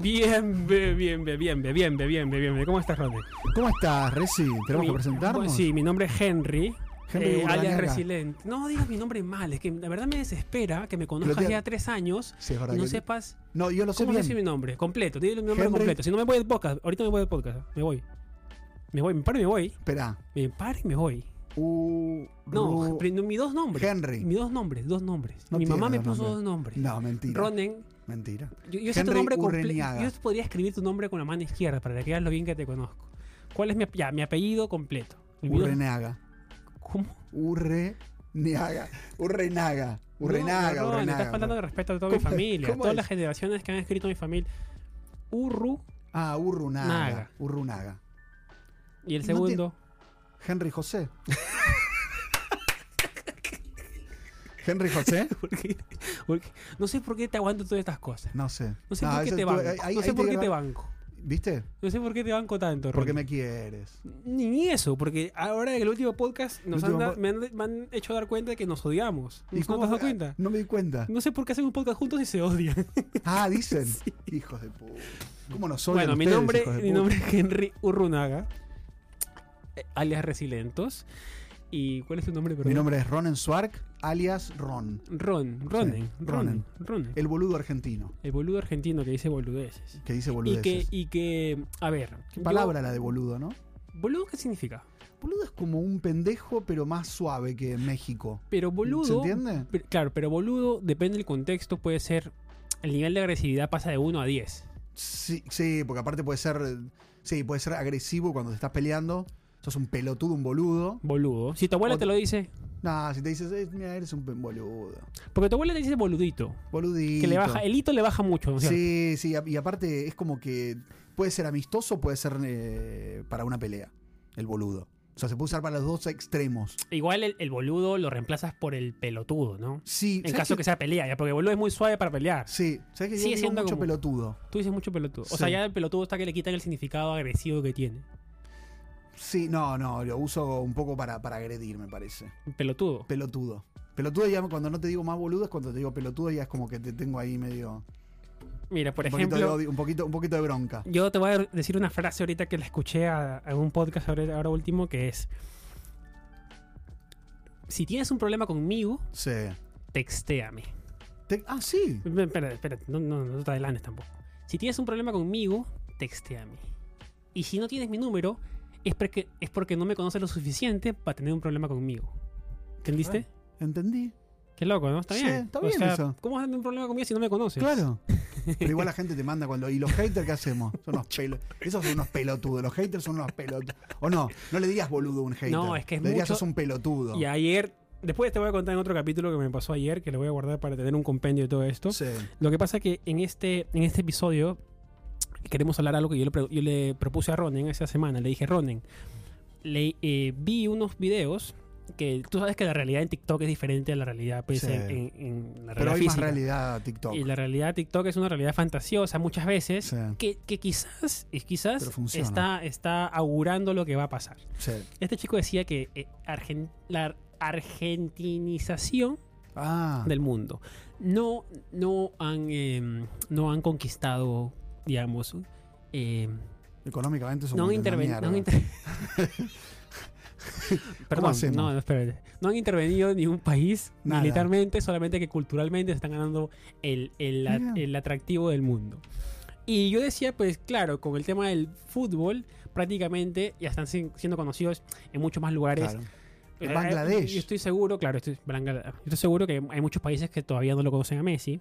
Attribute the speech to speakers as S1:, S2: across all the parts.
S1: Bien, bien, bien, bien, bien, bien, bien, bien, bien. ¿Cómo estás, Rodri?
S2: ¿Cómo estás, Resi? ¿Tenemos que
S1: Mi-
S2: presentarnos?
S1: Sí, mi nombre es Henry.
S2: Henry
S1: eh,
S2: Buradañaga.
S1: alias Resilient. No digas mi nombre mal, es que la verdad me desespera que me conozcas
S2: tiene-
S1: ya tres años
S2: Sí, es verdad
S1: y no
S2: que-
S1: sepas
S2: No, yo lo sé
S1: cómo decir mi
S2: bien.
S1: nombre completo. Dile mi nombre
S2: Henry-
S1: completo. Si no me voy del podcast, ahorita me voy del podcast. Me voy. Me voy, me paro y me voy.
S2: Espera.
S1: Me paro y me voy.
S2: U...
S1: No,
S2: Ru-
S1: pri- mis dos nombres.
S2: Henry.
S1: Mis dos nombres, dos nombres.
S2: No
S1: mi
S2: tiene
S1: mamá me
S2: dos
S1: puso
S2: nombres.
S1: dos nombres.
S2: No, mentira.
S1: Ronen.
S2: Mentira.
S1: Yo, yo sé tu
S2: Henry
S1: nombre completo.
S2: Urreñaga.
S1: Yo podría escribir tu nombre con la mano izquierda para que veas lo bien que te conozco. ¿Cuál es mi, ap- ya, mi apellido completo? Mi-
S2: Urrenaga.
S1: ¿Cómo?
S2: Urrenaga. Urrenaga. Urrenaga.
S1: No, no, no, le estás
S2: Urrenaga.
S1: faltando de respeto a toda mi
S2: ¿Cómo-
S1: familia, a
S2: cómo
S1: todas
S2: es?
S1: las generaciones que han escrito mi familia. Urru
S2: Ah, Urrunaga.
S1: Naga.
S2: Urrunaga.
S1: y el
S2: No
S1: segundo.
S2: Henry José. Henry José.
S1: ¿Por qué? ¿Por qué? No sé por qué te aguanto todas estas cosas.
S2: No sé.
S1: No sé
S2: No,
S1: por qué
S2: eso
S1: te
S2: tú-
S1: banco.
S2: ahí- ahí-
S1: no sé
S2: ahí
S1: por
S2: te
S1: qué te
S2: gra-
S1: banco.
S2: ¿Viste?
S1: No sé por qué te banco tanto.
S2: Porque
S1: Ronnie.
S2: me quieres.
S1: Ni eso, porque ahora en el último podcast nos
S2: El
S1: han
S2: último
S1: da-
S2: po-
S1: me, han, me han hecho dar cuenta de que nos odiamos. ¿No te has
S2: cómo
S1: dado
S2: fue?
S1: cuenta?
S2: No me di cuenta.
S1: No sé por qué hacen un podcast juntos y se odian.
S2: Ah, dicen. Hijos de puta. ¿Cómo nos
S1: bueno,
S2: odian
S1: mi
S2: ustedes,
S1: nombre,
S2: hijos de
S1: mi
S2: puta?
S1: nombre es Henry Urrunaga, eh, alias Resilentos. ¿Y cuál es tu nombre, perdón?
S2: Mi nombre es Ronen Swark, alias Ron.
S1: Ron, Ronen,
S2: Sí,
S1: Ronen, Ronen. El,
S2: El boludo argentino.
S1: boludo argentino que dice boludeces.
S2: Que dice
S1: Y que,
S2: boludeces.
S1: y que, a ver.
S2: ¿Qué
S1: yo-
S2: palabra la de boludo, no?
S1: ¿Boludo qué significa?
S2: Boludo es como un pendejo, pero más suave que en México.
S1: Pero boludo.
S2: ¿Se entiende?
S1: pero- claro, pero boludo, depende del contexto, puede ser. El nivel de agresividad pasa de 1 a 10.
S2: Sí, sí, porque aparte puede ser. Sí, puede ser agresivo cuando te estás peleando. Sos un pelotudo, un boludo.
S1: Boludo. Si tu abuela
S2: O-
S1: te lo dice.
S2: No, si te dices, eh, mira, eres un pe- boludo.
S1: Porque tu abuela te dice boludito.
S2: Boludito.
S1: Que le baja. El hito le baja mucho, ¿no es cierto?
S2: Sí, sí, a- y aparte es como que puede ser amistoso, puede ser eh, para una pelea, el boludo. O sea, se puede usar para los dos extremos.
S1: Igual el, el boludo lo reemplazas por el pelotudo, ¿no?
S2: Sí,
S1: En
S2: ¿sabes
S1: caso
S2: qué?
S1: que sea pelea, ya, porque boludo es muy suave para pelear.
S2: Sí, ¿sabes que yo
S1: Sigue
S2: digo
S1: siendo
S2: mucho
S1: como-
S2: pelotudo?
S1: Tú dices mucho pelotudo. O sea,
S2: Sí.
S1: ya el pelotudo está que le quitan el significado agresivo que tiene.
S2: Sí, no, no, lo uso un poco para, para agredir, me parece.
S1: Pelotudo.
S2: Pelotudo. Pelotudo ya cuando no te digo más boludo es cuando te digo pelotudo ya es como que te tengo ahí medio
S1: Mira, por
S2: un poquito de
S1: ejemplo,
S2: odio, un poquito, un poquito de bronca.
S1: yo te voy a decir una frase ahorita que la escuché a, a un podcast ahora, ahora último que es: Si tienes un problema conmigo,
S2: Sí.
S1: textéame.
S2: Te- ah, sí.
S1: Espérate, espérate, no, no, no te adelantes tampoco. Si tienes un problema conmigo, textéame. Y si no tienes mi número, es porque, es porque no me conoces lo suficiente para tener un problema conmigo. ¿Entendiste?
S2: Entendí.
S1: Qué loco, ¿no? Está
S2: Sí,
S1: bien.
S2: está bien eso.
S1: ¿Cómo vas a tener un problema conmigo si no me conoces?
S2: Claro. Pero igual la gente te manda cuando. ¿Y los haters qué hacemos? Son unos pelo- Esos son unos pelotudos. Los haters son unos pelotudos. O no, no le digas boludo a un hater.
S1: No, es que es
S2: Le dirías
S1: mucho-
S2: sos un pelotudo.
S1: Y ayer, después te voy a contar en otro capítulo que me pasó ayer, que lo voy a guardar para tener un compendio de todo esto.
S2: Sí.
S1: Lo que pasa es que en este, en este episodio queremos hablar algo que yo le, pre- yo le propuse a Ronen esa semana. Le dije, Ronen, le, eh, vi unos videos que tú sabes que la realidad en TikTok es diferente a la realidad pues,
S2: Sí.
S1: en, en- en la realidad
S2: Pero hay más
S1: física.
S2: realidad TikTok.
S1: Y la realidad de TikTok es una realidad fantasiosa muchas veces
S2: Sí.
S1: que, que quizás, y quizás
S2: Pero funciona.
S1: está, está augurando lo que va a pasar.
S2: Sí.
S1: Este chico decía que eh, argen- la argentinización
S2: Ah.
S1: del mundo no, no, han, eh, no han conquistado, digamos, eh,
S2: Económicamente es un
S1: no han,
S2: montón de
S1: interven-
S2: mierda.
S1: no han inter- Perdón,
S2: hacemos?
S1: no, no, espérate. No han intervenido en ningún país
S2: Nada.
S1: militarmente, solamente que culturalmente se están ganando el, el at-
S2: Mira.
S1: el atractivo del mundo. Y yo decía, pues claro, con el tema del fútbol, prácticamente ya están sin- siendo conocidos en muchos más lugares
S2: Claro.
S1: eh,
S2: Bangladesh.
S1: Yo estoy seguro, claro, estoy, Bangla- yo estoy seguro que hay muchos países que todavía no lo conocen a Messi.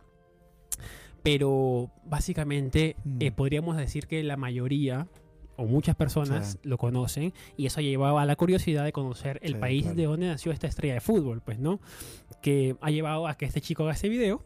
S1: Pero básicamente
S2: Mm.
S1: eh, podríamos decir que la mayoría o muchas personas lo conocen y eso llevaba a la curiosidad de conocer el
S2: Sí,
S1: país
S2: claro.
S1: de donde nació esta estrella de fútbol, pues, ¿no? Que ha llevado a que este chico haga este video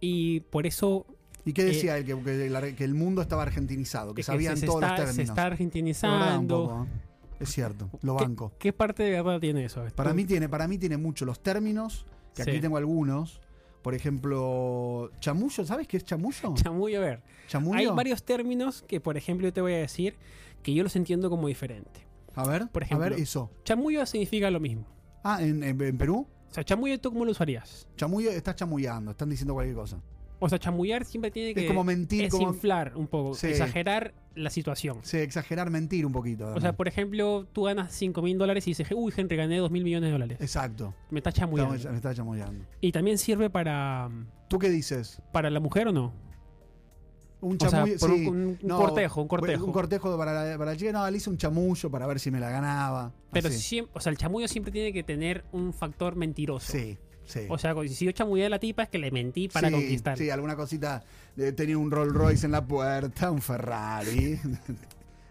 S1: y por eso
S2: ¿Y qué decía él? Que, que la- que el mundo estaba argentinizado, que
S1: Eh, es
S2: sabían
S1: se, se
S2: todos
S1: está,
S2: los
S1: se
S2: términos.
S1: está
S2: Es verdad, un
S1: argentinizando.
S2: poco, ¿eh? Es cierto, lo
S1: ¿Qué-
S2: banco.
S1: ¿Qué, parte de verdad tiene eso?
S2: Para mí tiene, para mí tiene mucho los términos, que
S1: Sí.
S2: aquí tengo algunos. Por ejemplo, chamullo, ¿sabes qué es chamullo?
S1: muy a ver.
S2: Chamullo.
S1: Hay varios términos que, por ejemplo, yo te voy a decir que yo los entiendo como diferente.
S2: A ver,
S1: por ejemplo.
S2: a ver eso.
S1: Chamullo significa lo mismo.
S2: Ah, en, en- en Perú,
S1: O sea, chamullo, ¿tú cómo lo usarías?
S2: chamullo, estás chamullando, están diciendo cualquier cosa.
S1: O sea, chamullar siempre tiene que
S2: Es como mentir, como-
S1: inflar un poco,
S2: Sí.
S1: exagerar la situación.
S2: Sí, exagerar, mentir un poquito.
S1: O sea, por ejemplo, tú ganas 5 mil dólares y dices, uy, Henry, gané 2 mil millones de dólares.
S2: Exacto.
S1: Me estás chamullando.
S2: Estamos- me está chamullando.
S1: Y también sirve para,
S2: ¿Tú qué dices?
S1: para la mujer o no?
S2: Un
S1: O sea,
S2: chamullo.
S1: por un-
S2: sí.
S1: un, un
S2: No,
S1: cortejo, un cortejo.
S2: Un cortejo para la, para la chica. No, le hice un chamullo para ver si me la ganaba.
S1: Pero
S2: Así.
S1: siempre, o sea, el chamullo siempre tiene que tener un factor mentiroso.
S2: Sí, sí.
S1: O sea, si yo chamullé a la tipa es que le mentí para
S2: Sí,
S1: conquistar.
S2: Sí, alguna cosita. eh, tenía un Rolls Royce en la puerta, un Ferrari.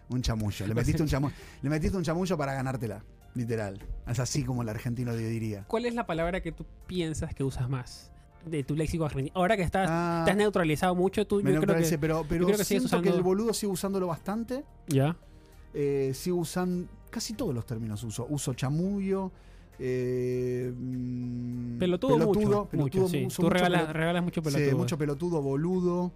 S2: un chamullo. Le metiste un chamullo. Le metiste un chamullo para ganártela. Literal. Es así como el argentino le diría.
S1: ¿Cuál es la palabra que tú piensas que usas más de tu léxico argentino? Ahora que estás,
S2: Ah,
S1: te has neutralizado mucho, tú
S2: me
S1: yo creo
S2: neutralicé,
S1: que...
S2: pero, pero
S1: creo que sigues
S2: siento que
S1: usando-
S2: el boludo sigue usándolo bastante.
S1: Ya.
S2: eh, sigo usando casi todos los términos uso. Uso chamullo. eh, mm,
S1: Pelotudo, mucho.
S2: pelotudo,
S1: mucho, sí.
S2: uso
S1: Tú
S2: mucho
S1: regalas,
S2: pelo-
S1: regalas mucho
S2: sí,
S1: pelotudo.
S2: mucho pelotudo, boludo,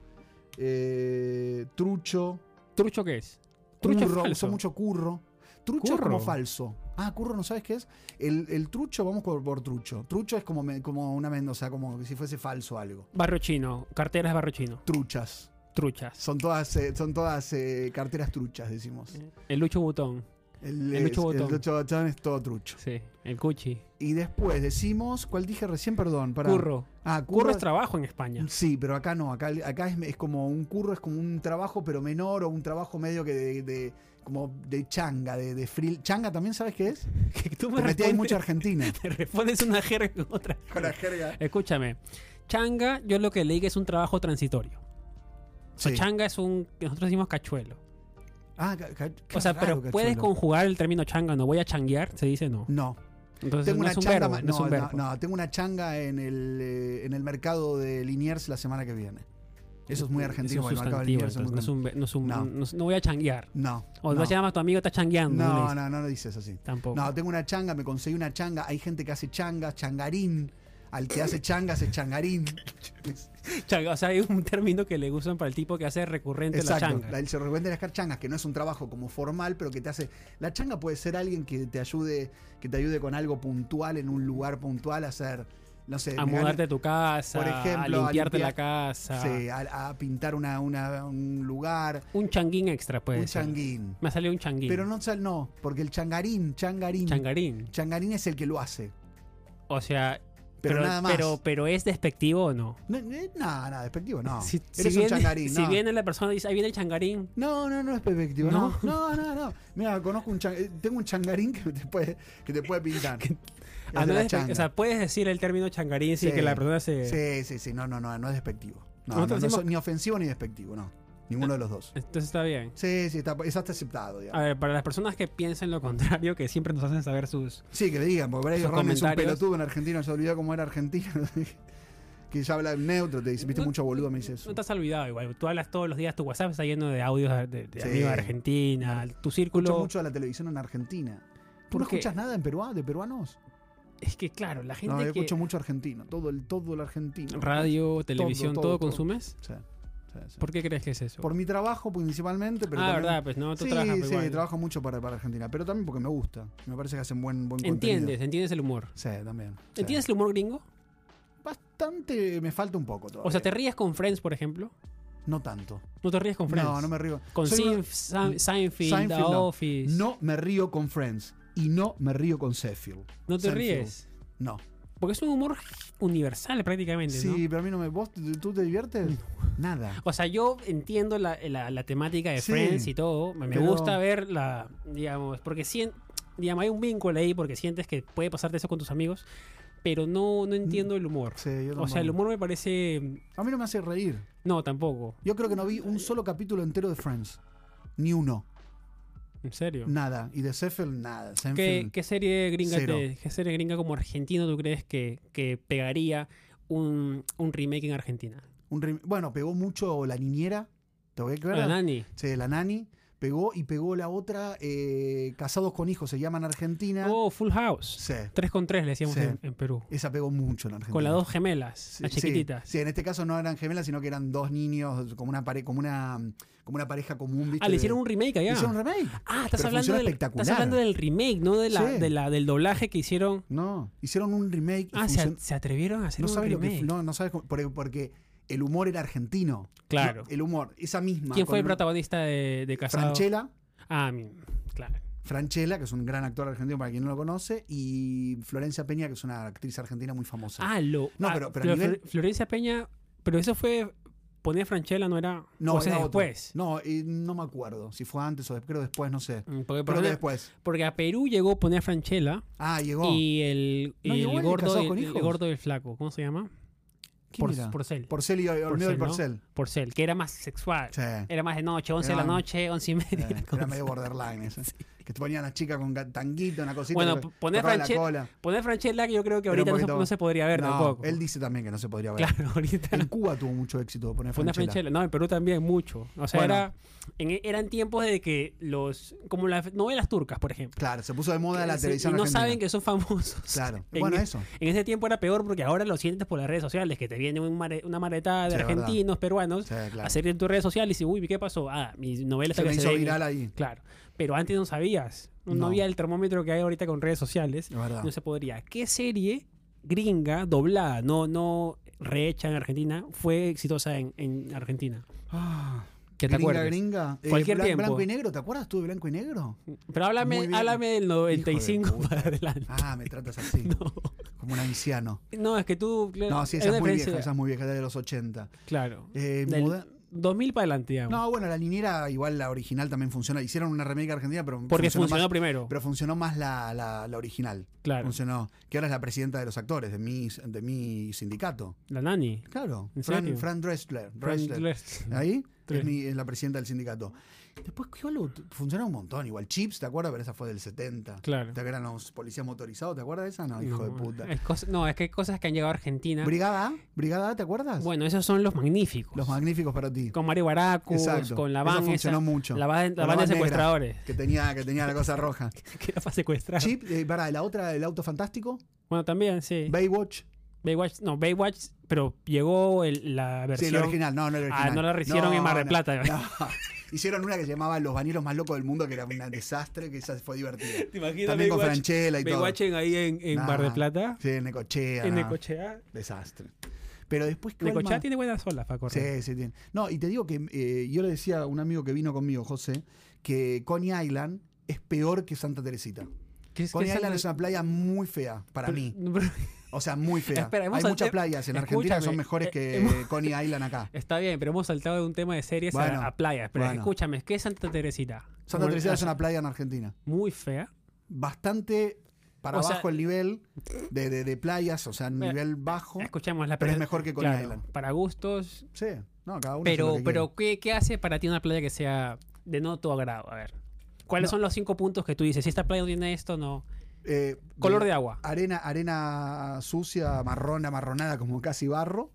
S2: eh, trucho,
S1: ¿Trucho qué es? Trucho
S2: curro,
S1: falso.
S2: uso mucho curro. Trucho
S1: Curro.
S2: es como falso. Ah, curro, ¿no sabes qué es? El, el trucho, vamos por, por trucho. Trucho es como, me- como una mendoza, como si fuese falso algo.
S1: Barrio chino, carteras de barrio chino,
S2: Truchas.
S1: truchas.
S2: Son todas, eh, son todas eh, carteras truchas, decimos.
S1: El lucho butón,
S2: El,
S1: El
S2: es-
S1: Lucho Botón.
S2: el Lucho Botón es todo trucho.
S1: sí, el cuchi.
S2: Y después decimos, ¿cuál dije recién? Perdón, para.
S1: Curro.
S2: Ah,
S1: Curro
S2: curro.
S1: es trabajo en España.
S2: Sí, pero acá no, acá, acá es, es como un curro, es como un trabajo, pero menor, o un trabajo medio que de, de- como de changa, de, de fril. ¿Changa también sabes qué es?
S1: Que tú me
S2: Porque Mm. metí ahí
S1: respondes-
S2: mucha Argentina.
S1: te respondes una jerga con otra.
S2: Con la jerga.
S1: Escúchame, changa, yo lo que leí que es un trabajo transitorio. O
S2: Sí.
S1: changa es un, nosotros decimos cachuelo.
S2: Ah, ca- ca- qué
S1: O sea,
S2: raro,
S1: pero puedes
S2: cachuelo.
S1: conjugar el término changa, no voy a changuear, se dice no.
S2: No,
S1: Entonces
S2: tengo
S1: no,
S2: una
S1: es un
S2: changa.
S1: verbo,
S2: ma-
S1: no es
S2: no,
S1: un verbo.
S2: no, no, tengo una changa en el, eh, en el mercado de Liniers la semana que viene. Eso es muy argentino.
S1: un
S2: el mercado de
S1: sustantivo,
S2: Liniers es
S1: entonces,
S2: muy
S1: no es un ve- no es un-
S2: No.
S1: no es- no voy a changuear.
S2: No.
S1: O no
S2: no.
S1: se llama tu amigo, está changueando. No, le
S2: No,
S1: dices.
S2: no, no lo dices así.
S1: Tampoco.
S2: No, tengo una changa, me conseguí una changa. Hay gente que hace changas, changarín. Al que hace changas es changarín.
S1: Changa, o sea, hay un término que le usan para el tipo que hace recurrente la
S2: Exacto.
S1: changa.
S2: La- El se recuerda de las changas, que no es un trabajo como formal, pero que te hace. La changa puede ser alguien que te ayude, que te ayude con algo puntual, en un lugar puntual, a hacer, no sé,
S1: a
S2: me gané-
S1: mudarte de tu casa,
S2: Por
S1: a
S2: ejemplo, a
S1: limpiarte la
S2: limpiar-
S1: casa.
S2: sí, a, a pintar una, una- un lugar,
S1: Un changuín extra, pues.
S2: un changuín.
S1: Me salió un changuín.
S2: Pero no, sal- no, porque el changarín, changarín.
S1: Changarín.
S2: Changarín es el que lo hace.
S1: O sea,
S2: Pero, nada más.
S1: Pero, pero ¿es despectivo o no?
S2: No, eh, nada, nada, despectivo, no.
S1: Si, si
S2: Eres un
S1: viene,
S2: changarín,
S1: si
S2: no.
S1: viene la persona y dice, ahí viene el changarín.
S2: No, no, no es perspectivo. No, no, no. no. Mira, conozco un chan- eh, tengo un changarín que te puede, que te puede pintar. Es
S1: Ah,
S2: de
S1: no
S2: la
S1: es despe-
S2: changa.
S1: o sea, puedes decir el término changarín sin
S2: Sí.
S1: que la persona se...
S2: sí, sí, sí, no, no, no, no es despectivo. No,
S1: Nosotros
S2: no, no,
S1: eh. decimos-
S2: so- ni ofensivo ni despectivo, no. Ninguno de los dos.
S1: Entonces está bien.
S2: Sí, sí, está, es hasta aceptado,
S1: A
S2: digamos.
S1: ver, para las personas que piensen lo contrario, que siempre nos hacen saber sus...
S2: Sí, que le digan, porque por ahí
S1: Sus
S2: Román es un
S1: comentarios.
S2: pelotudo en Argentina, se olvidó cómo era argentino. que ya habla neutro, te dice, viste
S1: No-
S2: mucho boludo, me dice eso.
S1: No te has olvidado igual. Tú hablas todos los días, tu WhatsApp está lleno de audios de, de
S2: Sí.
S1: amigos de Argentina, tu
S2: Escucho
S1: círculo...
S2: mucho a la televisión en Argentina. ¿Tú
S1: ¿Por
S2: no
S1: qué?
S2: escuchas nada en Perú, Ah, de peruanos?
S1: Es que claro, la gente
S2: No, yo
S1: que...
S2: escucho mucho argentino, todo el, todo el argentino.
S1: Radio, televisión, todo,
S2: todo, todo.
S1: consumes.
S2: Sí, sí, sí.
S1: ¿Por qué crees que es eso?
S2: Por mi trabajo principalmente, pero
S1: ah,
S2: también-
S1: verdad, pues no, tú
S2: sí,
S1: trabajas pero
S2: sí,
S1: igual.
S2: trabajo mucho para, para Argentina, pero también porque me gusta. Me parece que hacen buen, buen
S1: Entiendes, entiendes el humor.
S2: contenido. Sí, también. sí.
S1: ¿Entiendes el humor gringo?
S2: Bastante, me falta un poco todavía.
S1: O sea, ¿te ríes con Friends, por ejemplo?
S2: No tanto.
S1: ¿No te ríes con Friends?
S2: No, no me río.
S1: Con
S2: Soy
S1: Seinf-
S2: uno-
S1: Sam- Seinfeld,
S2: Seinfeld,
S1: The
S2: no.
S1: Office.
S2: No me río con Friends y no me río con Sheffield.
S1: ¿No te
S2: Seinfeld.
S1: ríes.
S2: No.
S1: Porque es un humor universal prácticamente,
S2: Sí,
S1: ¿no?
S2: pero a mí no me... ¿Vos, tú te diviertes? Nada.
S1: O sea, yo entiendo la, la- la temática de
S2: Sí,
S1: Friends y todo. Me me
S2: pero-
S1: gusta ver la, digamos, porque sien- digamos, hay un vínculo ahí porque sientes que puede pasarte eso con tus amigos, pero no, no entiendo el humor.
S2: Mm. Sí, yo
S1: O sea, el
S2: tampoco.
S1: humor me parece...
S2: A mí no me hace reír.
S1: No, tampoco.
S2: Yo creo que no vi un solo capítulo entero de Friends. Ni uno.
S1: En serio.
S2: Nada. Y de Sheffield, nada.
S1: ¿Qué,
S2: Seinfeld,
S1: qué serie gringa
S2: Cero.
S1: te- qué serie gringa como argentino tú crees que, que pegaría un, un remake en Argentina?
S2: Un rem- bueno, pegó mucho la niñera. ¿Te voy a
S1: La Nani.
S2: Sí, la nani. Pegó y pegó la otra, eh, Casados con Hijos, se llama en Argentina.
S1: Oh, Full House.
S2: Sí,
S1: 3 con 3 le decíamos
S2: Sí.
S1: en, en Perú.
S2: esa pegó mucho en Argentina.
S1: Con las dos gemelas,
S2: Sí,
S1: las
S2: sí,
S1: chiquititas.
S2: Sí, en este caso no eran gemelas, sino que eran dos niños, como una, pare como una, como una pareja común. ¿viste?
S1: Ah, le hicieron un remake
S2: Le
S1: allá.
S2: hicieron un remake.
S1: Ah, estás
S2: pero
S1: hablando,
S2: funciona
S1: del,
S2: espectacular.
S1: estás hablando del remake, no de la,
S2: Sí.
S1: de la, del doblaje que hicieron.
S2: No, hicieron un remake. y
S1: Ah, se,
S2: funcion-
S1: se atrevieron a hacer
S2: no
S1: un
S2: sabes lo que-
S1: remake.
S2: no, no sabes cómo- porque, porque el humor era argentino.
S1: Claro.
S2: No, El humor, esa misma.
S1: ¿Quién fue el
S2: con-
S1: protagonista de, de Casado?
S2: Franchella,
S1: Ah, mi- claro.
S2: Franchella, que es un gran actor argentino para quien no lo conoce, y Florencia Peña, que es una actriz argentina muy famosa.
S1: Ah, lo.
S2: No,
S1: ah,
S2: pero- pero a
S1: Flor-
S2: nivel-
S1: Florencia Peña. Pero eso fue. Poner Franchella no era.
S2: no,
S1: o sea,
S2: era otro.
S1: después.
S2: No, eh, no me acuerdo si fue antes o después, creo después, no sé.
S1: Mm, Porque,
S2: Creo que
S1: porque-
S2: después.
S1: porque a Perú llegó poner Franchella
S2: Ah, llegó.
S1: y el,
S2: No,
S1: y
S2: llegó
S1: el
S2: el
S1: gordo,
S2: casado
S1: y-
S2: con
S1: el,
S2: hijos.
S1: gordo y el flaco. ¿Cómo se llama?
S2: ¿Quién
S1: Por,
S2: era?
S1: Porcel.
S2: Porcel y Olmedo
S1: Porcel,
S2: y
S1: ¿no?
S2: Porcel.
S1: Porcel, que era más sexual.
S2: Sí.
S1: Era más de noche, 11 de la
S2: Era-
S1: noche, 11 y
S2: sí,
S1: media. la cosa.
S2: Era medio borderline eso. Que te ponían a las chicas con ga- tanguito, una cosita.
S1: Bueno,
S2: que te
S1: poner
S2: tocaba la
S1: Franchella-
S2: cola.
S1: Poner Franchella que yo creo que
S2: Era un
S1: ahorita no se,
S2: poquito-
S1: no se podría ver
S2: No,
S1: tampoco.
S2: Él dice también que no se podría ver.
S1: Claro, ahorita no.
S2: En Cuba tuvo mucho éxito poner
S1: Fue una
S2: Franchella.
S1: franchela. No, en Perú también mucho. O sea,
S2: Bueno.
S1: era, en- eran tiempos de que los. Como las novelas turcas, por ejemplo.
S2: Claro, se puso de moda la
S1: Sí,
S2: televisión
S1: y no
S2: argentina.
S1: saben que son famosos.
S2: Claro.
S1: En,
S2: Bueno, eso.
S1: en ese tiempo era peor porque ahora lo sientes por las redes sociales, que te viene un mare- una maretada de
S2: Sí, es verdad.
S1: argentinos, peruanos,
S2: Sí, claro.
S1: a hacerte en tus redes sociales y, uy, ¿qué pasó? Ah, mi novela
S2: Se
S1: esta
S2: me
S1: que
S2: hizo
S1: ven-
S2: viral ahí.
S1: Claro. Pero antes no sabías. No,
S2: No.
S1: había el termómetro que hay ahorita con redes sociales.
S2: Es verdad.
S1: No se podría. ¿Qué serie gringa, doblada, no, no rehecha en Argentina, fue exitosa en, en Argentina?
S2: Ah,
S1: Que te
S2: gringa,
S1: acuerdes.
S2: gringa. Eh,
S1: Cualquier
S2: blan-
S1: tiempo.
S2: Blanco y negro, ¿te acuerdas tú de blanco y negro?
S1: Pero
S2: Muy
S1: háblame,
S2: bien.
S1: háblame del 95
S2: Hijo de puta.
S1: para adelante.
S2: Ah, me tratas así.
S1: No.
S2: Como un anciano.
S1: No, es que tú. claro,
S2: No, sí,
S1: hay
S2: esa
S1: una
S2: es muy
S1: diferencia-
S2: vieja, esa es muy vieja, de los 80.
S1: Claro.
S2: Eh,
S1: Del
S2: muda-
S1: 2000 para adelante, digamos.
S2: No, bueno, la liniera, igual la original también funciona. Hicieron una remake argentina, pero
S1: porque funcionó,
S2: más-
S1: primero.
S2: pero funcionó más la, la- la original.
S1: claro.
S2: Funcionó. Que ahora es la presidenta de los actores, de mi, de mi sindicato.
S1: La nani.
S2: Claro.
S1: ¿En
S2: Fran,
S1: serio?
S2: Fran Dressler.
S1: Fran
S2: Dressler.
S1: Drescher.
S2: Ahí es,
S1: Tres.
S2: mi- es la presidenta del sindicato. Después, ¿qué boludo? Funciona un montón. Igual Chips, ¿te acuerdas? Pero esa fue del 70.
S1: Claro.
S2: ¿Te acuerdas? Eran los policías motorizados, ¿te acuerdas de esa? No, hijo de puta.
S1: Es cosa- no, es que hay cosas que han llegado a Argentina.
S2: Brigada A, Brigada A, ¿te acuerdas?
S1: Bueno, esos son los magníficos.
S2: Los magníficos para ti.
S1: con Mario Baracus,
S2: Exacto.
S1: con la
S2: Eso
S1: banda.
S2: funcionó mucho.
S1: La banda,
S2: Con la van
S1: de
S2: negra.
S1: secuestradores.
S2: Que tenía, que tenía la cosa roja.
S1: que era para secuestrar.
S2: Chip, eh, para la otra, el auto fantástico.
S1: Bueno, también, sí.
S2: Baywatch.
S1: Baywatch. No, Baywatch, pero llegó el- la
S2: Sí,
S1: versión.
S2: el original. No, no el
S1: Ah,
S2: original.
S1: no la hicieron en Mar del Plata.
S2: no. Hicieron una que se llamaba Los bañeros más locos del mundo, que era un desastre, que esa fue divertida.
S1: ¿Te imaginas
S2: También con
S1: Baywatch-
S2: Franchella y todo.
S1: Baywatch en- ahí en, en
S2: Nah.
S1: Mar del Plata?
S2: Sí, Necochea.
S1: en
S2: nah,
S1: Necochea.
S2: Desastre. Pero después ¿cuál
S1: Necochea
S2: más?
S1: tiene buenas olas para correr.
S2: Sí, sí, tiene. No, y te digo que eh, yo le decía a un amigo que vino conmigo, José, que Coney Island es peor que Santa Teresita.
S1: ¿Qué es-
S2: Coney
S1: qué es
S2: Island
S1: el-
S2: es una playa muy fea para
S1: pero-
S2: mí.
S1: pero-
S2: O sea, muy fea.
S1: Espera, hemos
S2: Hay muchas
S1: saltado-
S2: playas en Argentina que son
S1: Escúchame,
S2: mejores que
S1: eh, hemos-
S2: Coney Island acá.
S1: Está bien, pero hemos saltado de un tema de series a-
S2: Bueno,
S1: a, playas. Pero
S2: bueno.
S1: escúchame, ¿qué es Santa Teresita?
S2: Santa
S1: Como-
S2: Teresita es una playa en Argentina.
S1: Muy fea.
S2: Bastante para
S1: O sea-
S2: abajo el nivel de, de- de playas, o sea,
S1: Mira,
S2: nivel bajo.
S1: Escuchamos la
S2: Pero es
S1: pre-
S2: mejor que Coney Island.
S1: Para gustos.
S2: Sí, no, cada uno. hace lo
S1: Pero,
S2: que
S1: pero ¿qué, qué hace para ti una playa que sea de no tu agrado? A ver. ¿Cuáles
S2: No.
S1: son los cinco puntos que tú dices? Si esta playa no tiene esto, no.
S2: quiere. Eh,
S1: Color
S2: de-
S1: de agua.
S2: arena, arena sucia, marrón, amarronada, como casi barro.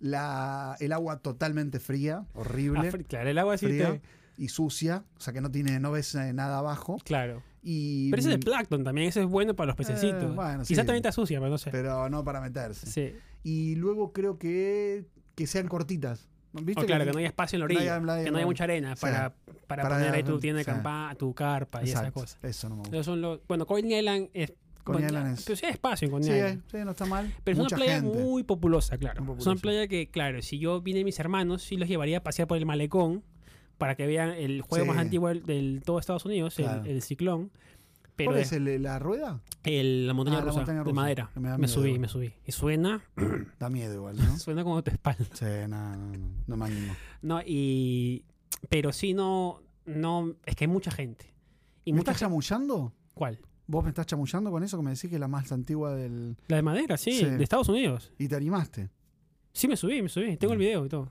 S2: La, el agua totalmente
S1: Ah,
S2: fría, horrible,
S1: fri- claro, el agua sí
S2: fría
S1: te-
S2: y sucia, o sea que no tiene, no ves eh, nada abajo.
S1: Claro.
S2: Y, mm, Eh,
S1: Pero ese es de plancton también. Ese es bueno para los pececitos.
S2: bueno, sí.
S1: Quizás también te asucia, pero no sé.
S2: pero no para meterse.
S1: sí.
S2: Y luego creo que, que sean cortitas. ¿Viste
S1: O Oh, claro,
S2: que-
S1: que no haya espacio en la
S2: que no
S1: orilla.
S2: haya- no haya-
S1: que no haya mucha arena
S2: Sí.
S1: para, para,
S2: Para-
S1: poner ahí tu tienda de
S2: sí.
S1: campa- tu carpa y esas
S2: Exacto,
S1: cosas.
S2: Eso no me gusta.
S1: Esos son los- bueno, Coney Island es.
S2: Coney
S1: bueno,
S2: Island es-
S1: Pero sí hay espacio en Coney
S2: Sí,
S1: Island.
S2: eh, sí, no está mal.
S1: Pero es
S2: Mucha
S1: una playa
S2: gente.
S1: muy populosa, claro.
S2: Muy
S1: Es una
S2: populosa.
S1: playa que, claro, si yo vine mis hermanos, sí los llevaría a pasear por el malecón para que vean el juego
S2: Sí.
S1: más antiguo del, del todo Estados Unidos, el-
S2: Claro.
S1: el, ciclón. Pero
S2: ¿Cuál
S1: de-
S2: es el- la rueda?
S1: el- la, montaña
S2: Ah, la
S1: rusa,
S2: montaña
S1: de
S2: rusa.
S1: madera.
S2: Me da
S1: Me,
S2: miedo.
S1: subí, me subí. Y suena,
S2: Da miedo igual, ¿no?
S1: suena como tu espalda.
S2: sí, no, no, no, no me animo.
S1: No, y. Pero sí, no. no es que hay mucha gente. Y
S2: ¿Me
S1: mucha
S2: estás
S1: gente.
S2: chamullando?
S1: ¿Cuál?
S2: ¿Vos me estás chamullando con eso que me decís que es la más antigua del...
S1: La de madera, sí,
S2: Sí.
S1: de Estados Unidos.
S2: Y te animaste.
S1: Sí, me subí, me subí. Tengo el video y todo.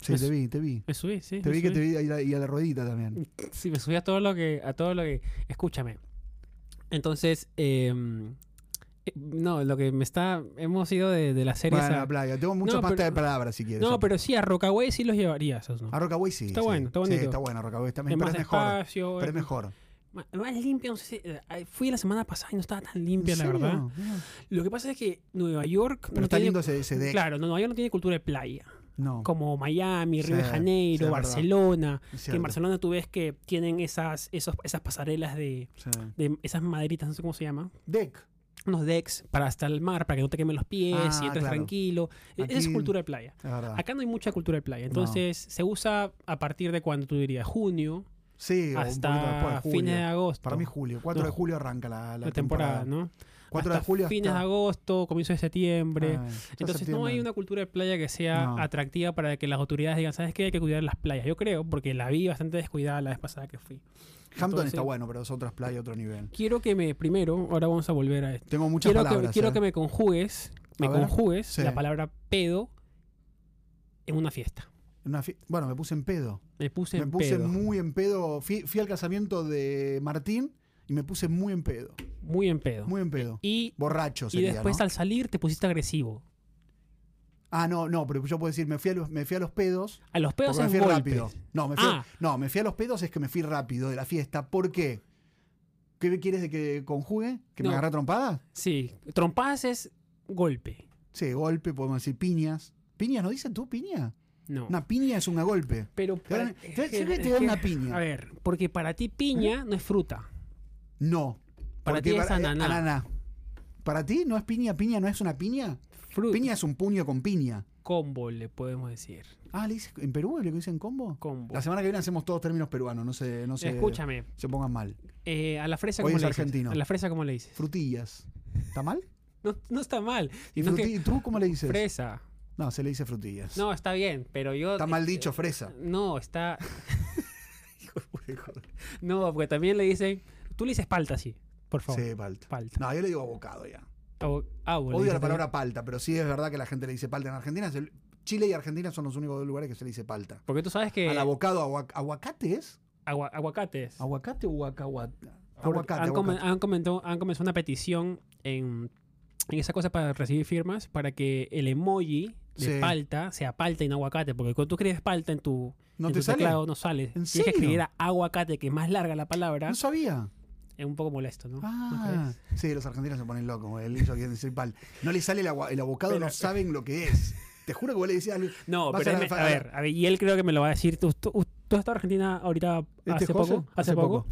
S2: Sí,
S1: Es-
S2: te vi, te vi.
S1: Me subí, sí.
S2: Te
S1: me
S2: vi que
S1: subí.
S2: te vi y a la, y a la ruedita también.
S1: Sí, me subí a todo lo que. A todo lo que. Escúchame. Entonces, eh, eh, no, lo que me está. Hemos ido de, de las series
S2: Bueno,
S1: a-
S2: la playa. Tengo mucha
S1: No,
S2: pasta
S1: pero-
S2: de palabras si quieres.
S1: No, pero sí, a Rockaway sí los llevaría esos, ¿no?
S2: A Rockaway sí.
S1: Está
S2: sí.
S1: bueno, está bonito.
S2: Sí, está bueno Rockaway
S1: Es
S2: también, pero
S1: más
S2: es mejor.
S1: espacio.
S2: Pero
S1: es-
S2: es mejor.
S1: ma- más limpio, no sé si- eh, ay, Fui la semana pasada y no estaba tan
S2: ¿En
S1: limpia, la
S2: serio?
S1: verdad.
S2: Mira.
S1: Lo que pasa es que Nueva York.
S2: Pero
S1: no
S2: está
S1: tiene-
S2: lindo ese, ese deck.
S1: Claro, no, Nueva York no tiene cultura de playa.
S2: No,
S1: Como Miami, Río de
S2: Sí, sí,
S1: Janeiro,
S2: es verdad.
S1: Barcelona.
S2: es
S1: Que en
S2: cierto.
S1: Barcelona tú ves que tienen esas, esos, esas pasarelas de,
S2: Sí.
S1: de. Esas maderitas, no sé cómo se llama.
S2: Deck.
S1: unos decks para hasta el mar, para que no te quemen los pies
S2: Ah,
S1: y entres
S2: claro.
S1: tranquilo. E- Esa es
S2: Aquí- Ah.
S1: cultura de playa.
S2: Es verdad.
S1: Acá no hay mucha cultura de playa. Entonces, se usa a partir de cuando tú dirías junio
S2: sí, o un poquito
S1: hasta
S2: después, julio.
S1: fines de agosto.
S2: Para mí julio. 4
S1: No.
S2: de julio arranca la, la
S1: la temporada, ¿no?
S2: 4
S1: Hasta
S2: de julio
S1: fines de
S2: hasta-
S1: agosto, comienzo de septiembre.
S2: Ah, ya
S1: Entonces no
S2: septiembre.
S1: hay una cultura de playa que sea
S2: No.
S1: atractiva para que las autoridades digan, ¿sabes qué? Hay que cuidar las playas. Yo creo, porque la vi bastante descuidada la vez pasada que fui.
S2: Hampton
S1: entonces-
S2: está bueno, pero es otras playas, otro nivel.
S1: Quiero que me, primero, ahora vamos a volver a esto.
S2: Tengo muchas
S1: Quiero,
S2: palabras.
S1: que, quiero
S2: ¿eh?
S1: que me conjugues, me
S2: A ver.
S1: conjugues
S2: Sí.
S1: la palabra pedo en una fiesta.
S2: En una fi- Bueno, me puse en pedo.
S1: Me puse,
S2: Me
S1: en
S2: puse
S1: pedo, muy...
S2: muy en pedo. Fui, fui al casamiento de Martín y me puse muy en pedo.
S1: en pedo.
S2: Muy en pedo.
S1: y,
S2: Borracho
S1: y
S2: sería,
S1: después
S2: ¿no?
S1: al salir te pusiste agresivo.
S2: Ah, no, no, pero yo puedo decir, me fui a los, me fui a los pedos.
S1: A los pedos
S2: Porque me
S1: es
S2: fui
S1: golpes.
S2: rápido. No me fui,
S1: Ah.
S2: no, me fui a los pedos es que me fui rápido de la fiesta. ¿Por qué? ¿Qué quieres de que conjugue? ¿Que
S1: No.
S2: me agarra trompada?
S1: Sí, trompadas es golpe.
S2: Sí, golpe, podemos decir piñas. ¿Piñas no dices tú, piña?
S1: No.
S2: Una piña es un golpe.
S1: Pero
S2: Te dan-
S1: para-
S2: te-
S1: es
S2: te-
S1: que-
S2: te dan
S1: es
S2: una
S1: que-
S2: piña.
S1: A ver, porque para ti piña no es fruta.
S2: No.
S1: Para
S2: Porque
S1: ti es
S2: eh,
S1: ananá.
S2: ¿Para ti no es piña? ¿Piña no es una piña?
S1: Fruta.
S2: Piña es un puño con piña.
S1: Combo le podemos decir.
S2: Ah, ¿le dices- ¿en Perú le dicen combo?
S1: Combo.
S2: La semana que viene hacemos todos términos peruanos, no se, no se,
S1: Escúchame,
S2: se pongan mal.
S1: eh, a la fresa
S2: Hoy
S1: como
S2: es
S1: le dices.
S2: argentino.
S1: A la fresa como le dices.
S2: Frutillas. ¿Está mal?
S1: No, no está mal.
S2: ¿Y
S1: sino que
S2: fruti- tú cómo le dices?
S1: fresa.
S2: No, se le dice frutillas.
S1: No, está bien, pero yo.
S2: Está mal
S1: este,
S2: dicho fresa.
S1: No, está. No, porque también le dicen. Tú le dices palta, sí, por favor.
S2: Sí, palta.
S1: Palta.
S2: No, yo le digo abocado ya.
S1: Abo- ah, bueno, Oh. le
S2: Odio
S1: dices
S2: la palabra
S1: también.
S2: palta, pero sí es verdad que la gente le dice palta en Argentina. Se- Chile y Argentina son los únicos dos lugares que se le dice palta.
S1: Porque tú sabes que.
S2: Al abocado, agua- aguacate es.
S1: agua- aguacates.
S2: ¿Aguacate o acahuate?
S1: Porque
S2: Aguacate,
S1: han, comen-
S2: aguacate.
S1: han comentado- han comenzado una petición en, en esa cosa para recibir firmas para que el emoji de
S2: Sí.
S1: palta sea palta y no aguacate. Porque cuando tú escribes palta en tu,
S2: ¿No
S1: en
S2: te
S1: tu
S2: sale?
S1: teclado no sale. Tienes que
S2: serio?
S1: escribir a- aguacate, que es más larga la palabra.
S2: No sabía.
S1: Es un poco molesto, ¿no? ¿No
S2: Ah,
S1: crees?
S2: sí, los argentinos se ponen locos. El hizo quiere decir pal. No le sale el, agua- el abocado,
S1: Pero-
S2: no saben lo que es. Te juro que vos le decís al.
S1: No,
S2: Vas
S1: pero
S2: a
S1: él
S2: la
S1: me-
S2: fa-
S1: a, ver, a ver, y él creo que me lo va a decir. ¿Tú, tú, tú has estado en Argentina ahorita
S2: ¿Este
S1: hace
S2: José?
S1: poco? Hace,
S2: Hace
S1: poco.
S2: poco.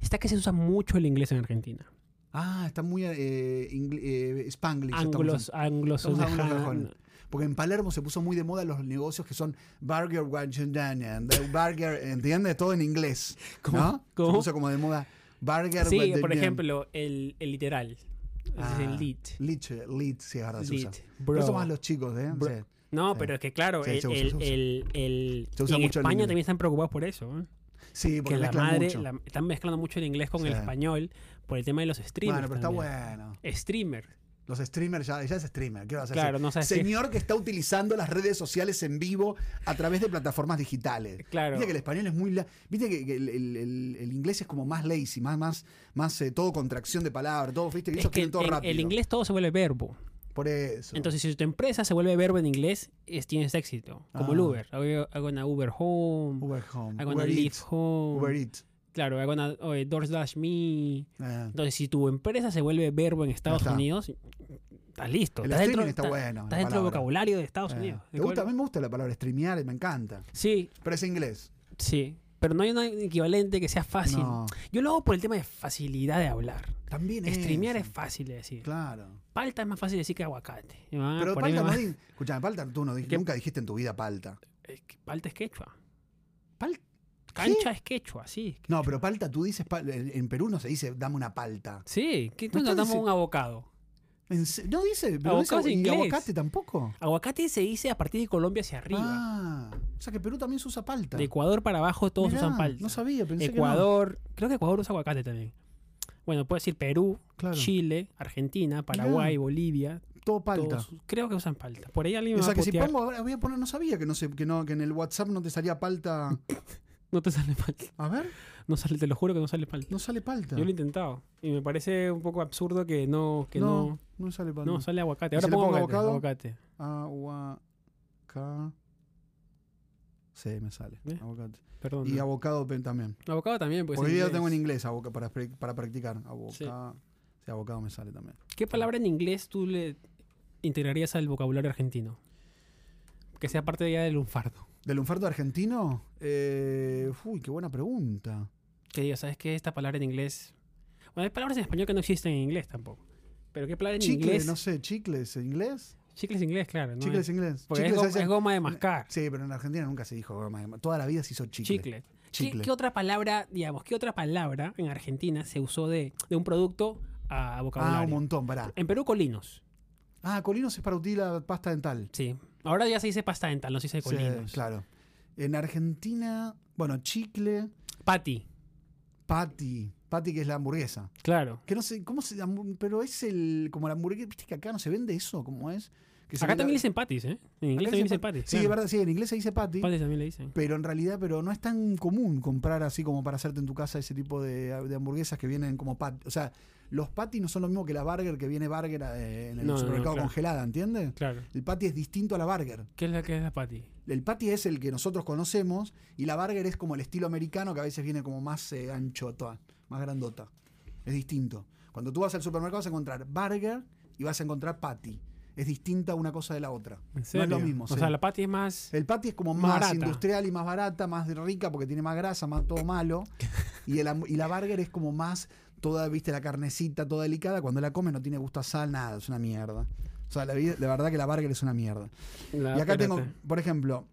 S1: Está que se usa mucho el inglés en Argentina.
S2: Ah, está muy eh, ingl- eh, spanglish. estamos
S1: Anglos, anglos,
S2: estamos
S1: ajá,
S2: anglosajones. Porque en Palermo se puso muy de moda los negocios que son Burger Washingtonian, the Burger, ¿entiendes? Todo en inglés.
S1: ¿Cómo?
S2: ¿no?
S1: ¿Cómo?
S2: Se puso como de moda Burger
S1: Sí,
S2: Washingtonian.
S1: por ejemplo, el, el literal. Ese es
S2: Ah,
S1: el lead.
S2: Lit, lit, sí, ahora se usa.
S1: Lead,
S2: Pero
S1: bro.
S2: eso más los chicos, ¿eh?
S1: Bro.
S2: Sí.
S1: No,
S2: sí.
S1: pero es que claro,
S2: Sí,
S1: el,
S2: se usa,
S1: el-
S2: se usa.
S1: el- el-
S2: Se usa
S1: en
S2: mucho el
S1: España
S2: inglés.
S1: también están preocupados por eso. ¿eh?
S2: Sí, porque
S1: Que la
S2: mezclan
S1: madre,
S2: mucho.
S1: la- están mezclando mucho el inglés con el
S2: Sí.
S1: español por el tema de los streamers.
S2: Bueno, pero está
S1: también.
S2: bueno.
S1: Streamer.
S2: Los streamers ya, ya es streamer, ¿qué vas a
S1: Claro,
S2: hacer?
S1: no sé si-
S2: Señor que está utilizando las redes sociales en vivo a través de plataformas digitales.
S1: Claro.
S2: Viste que el español es muy. la- Viste que que el, el- el- el inglés es como más lazy, más, más, más eh, todo contracción de palabras, todo, viste,
S1: Es
S2: ellos
S1: que
S2: quieren
S1: en,
S2: todo rápido.
S1: el inglés todo se vuelve verbo.
S2: Por eso.
S1: Entonces, si tu empresa se vuelve verbo en inglés, es- tienes éxito. Como el
S2: Ah.
S1: Uber. Hago, hago una Uber Home.
S2: Uber Home.
S1: hago una
S2: Uber
S1: Lyft
S2: Eats,
S1: Home.
S2: Uber Eats.
S1: Claro, hago una eh, DoorDash Me.
S2: Ah.
S1: Entonces, si tu empresa se vuelve verbo en Estados
S2: está.
S1: Unidos, estás listo.
S2: El
S1: estás dentro,
S2: streaming está
S1: estás-
S2: bueno, la
S1: Estás dentro del
S2: palabra.
S1: vocabulario de Estados
S2: Ah.
S1: Unidos.
S2: Me gusta, a mí me gusta la palabra streamear, me encanta.
S1: Sí,
S2: Pero es inglés.
S1: sí. Pero no hay un equivalente que sea fácil.
S2: No.
S1: Yo lo hago por el tema de facilidad de hablar.
S2: También es.
S1: Streamear es fácil de decir.
S2: Claro.
S1: Palta es más fácil de decir que aguacate. Y me van a
S2: Pero
S1: poner-
S2: palta,
S1: me
S2: no
S1: van-
S2: di- Escuchame, palta, tú no, di-
S1: ¿Qué?
S2: nunca dijiste en tu vida palta.
S1: Es que Palta es quechua.
S2: Pal-
S1: Cancha es quechua, sí.
S2: No, pero palta, tú dices, pal- en en Perú no se dice dame una palta.
S1: Sí, que
S2: No
S1: nos
S2: estás
S1: damos
S2: dici-
S1: un abocado.
S2: En se- no dice, pero
S1: Abocado
S2: dice-
S1: es
S2: y
S1: inglés.
S2: aguacate tampoco.
S1: Aguacate se dice a partir de Colombia hacia arriba.
S2: Ah, o sea que Perú también se usa palta.
S1: de Ecuador para abajo todos
S2: Mirá,
S1: usan palta.
S2: No sabía, pensé
S1: Ecuador, creo que Ecuador usa aguacate también. Bueno, puedes decir Perú,
S2: que no. Claro,
S1: Chile, Argentina, Paraguay, Bolivia.
S2: todo palta.
S1: todos- creo que usan palta. Por ahí alguien me
S2: o
S1: va
S2: sea
S1: a
S2: que si
S1: putear.
S2: pongo, ahora voy a poner, no sabía que no sé, que no, que en el WhatsApp no te salía palta.
S1: No te sale palta.
S2: A ver,
S1: No sale, te lo juro que no sale palta.
S2: no sale palta.
S1: Yo lo he intentado. Y me parece un poco absurdo que no, que no,
S2: no, no sale
S1: no,
S2: palta.
S1: sale aguacate.
S2: ¿Y
S1: Ahora
S2: si le
S1: pongo
S2: pongo
S1: aguacate,
S2: abocado?
S1: aguacate.
S2: Aguaca. Sí, me sale.
S1: ¿Eh?
S2: Aguacate.
S1: Perdón.
S2: Y
S1: ¿no?
S2: abocado pe- también.
S1: Abocado también, pues.
S2: Porque
S1: en
S2: yo lo
S1: inglés.
S2: tengo en inglés aboca- para, pre- para practicar. Aboca, sí, abocado me sale también.
S1: ¿Qué palabra en inglés tú le integrarías al vocabulario argentino? Que sea parte ya del lunfardo.
S2: ¿Del lunfardo argentino? Eh, uy, qué buena pregunta.
S1: Que diga, ¿sabes qué? Esta palabra en inglés. Bueno, hay palabras en español que no existen en inglés tampoco. Pero qué palabra en
S2: Chicle,
S1: inglés.
S2: no sé, chicles en inglés.
S1: Chicles en inglés, claro. ¿no?
S2: Chicles
S1: Es-
S2: en inglés.
S1: porque
S2: Chicles
S1: es, go-
S2: hacen-
S1: es goma de mascar.
S2: Sí, pero en Argentina nunca se dijo goma de ma- Toda la vida se hizo chicle.
S1: Chicle.
S2: Chicle. Ah,
S1: ¿Qué, qué otra palabra, digamos, qué otra palabra en Argentina se usó de, de un producto a
S2: Ah,
S1: vocabulario?
S2: un montón, pará.
S1: En Perú, colinos.
S2: Ah, colinos es para utilizar pasta dental.
S1: Sí. Ahora ya se dice pasta dental, no se dice
S2: Sí,
S1: colinos.
S2: claro. En Argentina, bueno, chicle,
S1: Patty,
S2: patty. Patty que es la hamburguesa.
S1: claro.
S2: Que no sé, ¿cómo se hambu- Pero es el. Como la hamburguesa. ¿Viste que acá no se vende eso? ¿Cómo es? Que se
S1: Acá
S2: vende la-
S1: también le dicen patties, ¿eh? En
S2: Acá
S1: inglés también
S2: le
S1: dicen
S2: pat-
S1: patties.
S2: Sí,
S1: claro.
S2: es verdad, sí, en inglés se dice patty.
S1: Patties también le dicen.
S2: Pero en realidad, pero no es tan común comprar así como para hacerte en tu casa ese tipo de, de hamburguesas que vienen como patty. O sea, los patty no son lo mismo que la burger que viene burger eh, en el
S1: No, no,
S2: supermercado
S1: claro.
S2: congelada, ¿entiendes?
S1: Claro.
S2: El patty es distinto a la burger.
S1: ¿Qué es la que es la patty?
S2: El patty es el que nosotros conocemos y la burger es como el estilo americano que a veces viene como más eh, anchota, más grandota. Es distinto. Cuando tú vas al supermercado vas a encontrar burger y vas a encontrar patty. Es distinta una cosa de la otra.
S1: ¿En serio?
S2: No es lo mismo.
S1: O
S2: sí.
S1: sea, la patty es más.
S2: El patty es como
S1: Más
S2: más
S1: barata.
S2: industrial y más barata, más de rica porque tiene más grasa, más todo malo. Y, el ham- y la burger es como más toda, viste, la carnecita toda delicada. Cuando la comes no tiene gusto a sal, nada, es una mierda. O sea, la, vi- la verdad que la burger es una mierda.
S1: la-
S2: y acá
S1: Ah, espérate.
S2: tengo, por ejemplo,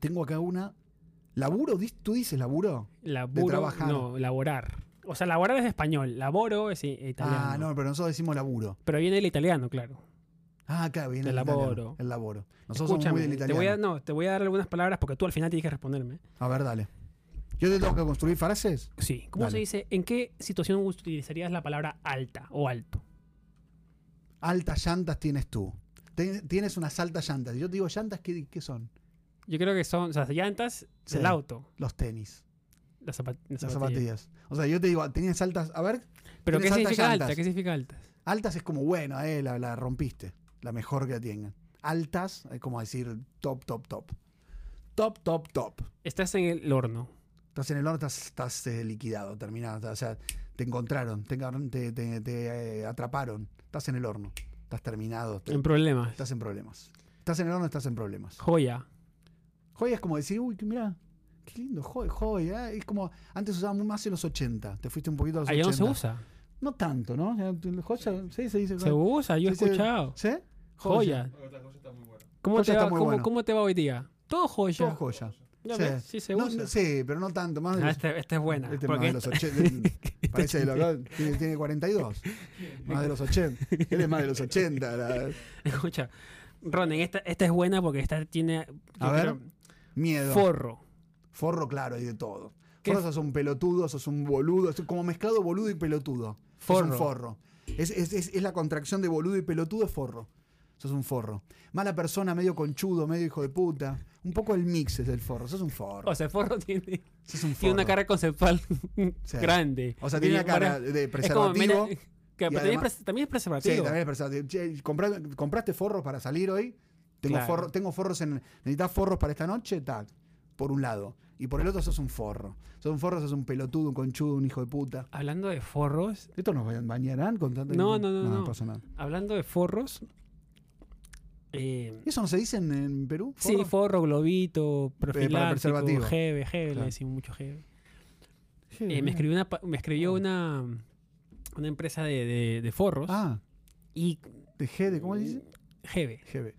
S2: tengo acá una. ¿Laburo? Dis- ¿Tú dices laburo?
S1: Laburo,
S2: trabajar.
S1: No, laborar. O sea, laborar es español. Laboro es i- italiano.
S2: Ah, no, pero nosotros decimos laburo.
S1: Pero viene el italiano, claro.
S2: Ah, claro, viene
S1: El
S2: el italiano,
S1: laboro.
S2: El laboro. Nosotros somos
S1: Escúchame.
S2: muy del
S1: te,
S2: italiano.
S1: voy a, no, te voy a dar algunas palabras porque tú al final tienes que responderme.
S2: A ver, dale. ¿Yo te tengo que construir frases?
S1: Sí. ¿Cómo
S2: Dale.
S1: se dice? ¿En qué situación utilizarías la palabra alta o alto?
S2: altas llantas tienes tú. Ten- tienes unas altas llantas. Y yo te digo, ¿llantas qué, qué son?
S1: Yo creo que son o sea, las llantas
S2: Sí.
S1: del auto,
S2: Los tenis,
S1: las, zapat- las zapatillas.
S2: las zapatillas. O sea, yo te digo, tenías altas. A ver,
S1: Pero ¿qué
S2: Tienes altas
S1: significa alta?
S2: llantas.
S1: ¿Qué significa alta?
S2: altas es como bueno, eh, la, la rompiste. La mejor que la tengan. Altas es como decir top, top, top. Top, top, top.
S1: Estás en el horno.
S2: Estás en el horno, estás, estás, eh, liquidado, terminado. O sea, te encontraron, te, encar- te- te- te, eh, atraparon. Estás en el horno, estás terminado, te-
S1: En problemas.
S2: estás en problemas. Estás en el horno, estás en problemas.
S1: Joya.
S2: Joya es como decir, uy, que mira, qué lindo, joya, joya. ¿eh? Es como, antes usaba muy más en los 80, te fuiste un poquito a los
S1: Allá
S2: 80.
S1: no se usa.
S2: No tanto, ¿no? Ya, tu- Joya, sí, se dice.
S1: Se
S2: joya.
S1: usa, yo he
S2: Sí, sí.
S1: escuchado.
S2: ¿Sí?
S1: Joya. ¿Cómo,
S2: Joya
S1: te
S2: está
S1: va,
S2: muy
S1: cómo-
S2: bueno.
S1: cómo te va hoy día? Todo joya.
S2: Todo joya.
S1: Ya
S2: sí.
S1: ves, sí se
S2: No,
S1: usa.
S2: no, sí, pero no tanto, más de
S1: Ah,
S2: los,
S1: esta, esta es buena.
S2: este más
S1: porque
S2: de los
S1: esta-
S2: 80. Parece de los, tiene, tiene 42. Más de los 80. Él es más de los 80. la-
S1: escucha, Ronen, esta, esta es buena porque esta tiene yo
S2: A ver,
S1: creo,
S2: miedo.
S1: forro.
S2: Forro, claro, hay de todo.
S1: ¿Qué?
S2: Forro, sos un pelotudo, sos un boludo. Es como mezclado boludo y pelotudo. Sos
S1: Forro.
S2: un forro. Es, es- es- es la contracción de boludo y pelotudo es forro. Sos un forro. Mala persona, medio conchudo, medio hijo de puta. Un poco el mix es el forro. Sos un forro.
S1: O sea, forro tiene,
S2: Sos un forro.
S1: tiene una cara conceptual grande.
S2: O sea, tiene una
S1: Bien,
S2: cara
S1: para-
S2: de
S1: es como, mira,
S2: preservativo.
S1: que- pero también,
S2: además-
S1: es pres- también es
S2: Sí,
S1: preservativo.
S2: también es preservativo. Che, ¿comprá- ¿Compraste forros para salir hoy? Tengo,
S1: Claro.
S2: forro- tengo forros en. ¿Necesitas forros para esta noche? Tac. Por un lado. Y por el otro sos un forro. Sos un forro, sos un pelotudo, un conchudo, un hijo de puta.
S1: Hablando de forros,
S2: ¿Esto nos ba- bañarán con tanta
S1: No, no, no,
S2: No,
S1: no.
S2: pasa nada.
S1: hablando de forros, eh,
S2: ¿Eso no se dice en, en Perú?
S1: Sí,
S2: ¿Forro? Eh,
S1: forro, globito,
S2: para
S1: profiláctico,
S2: preservativo.
S1: jeve, jeve, le
S2: Claro.
S1: decimos mucho jeve.
S2: Sí,
S1: Eh, me
S2: mira.
S1: escribió una, pa- me escribió
S2: Oh.
S1: una, una empresa de, de- de forros
S2: Ah,
S1: y
S2: de Gede, ¿cómo se dice?
S1: jeve.
S2: Gede.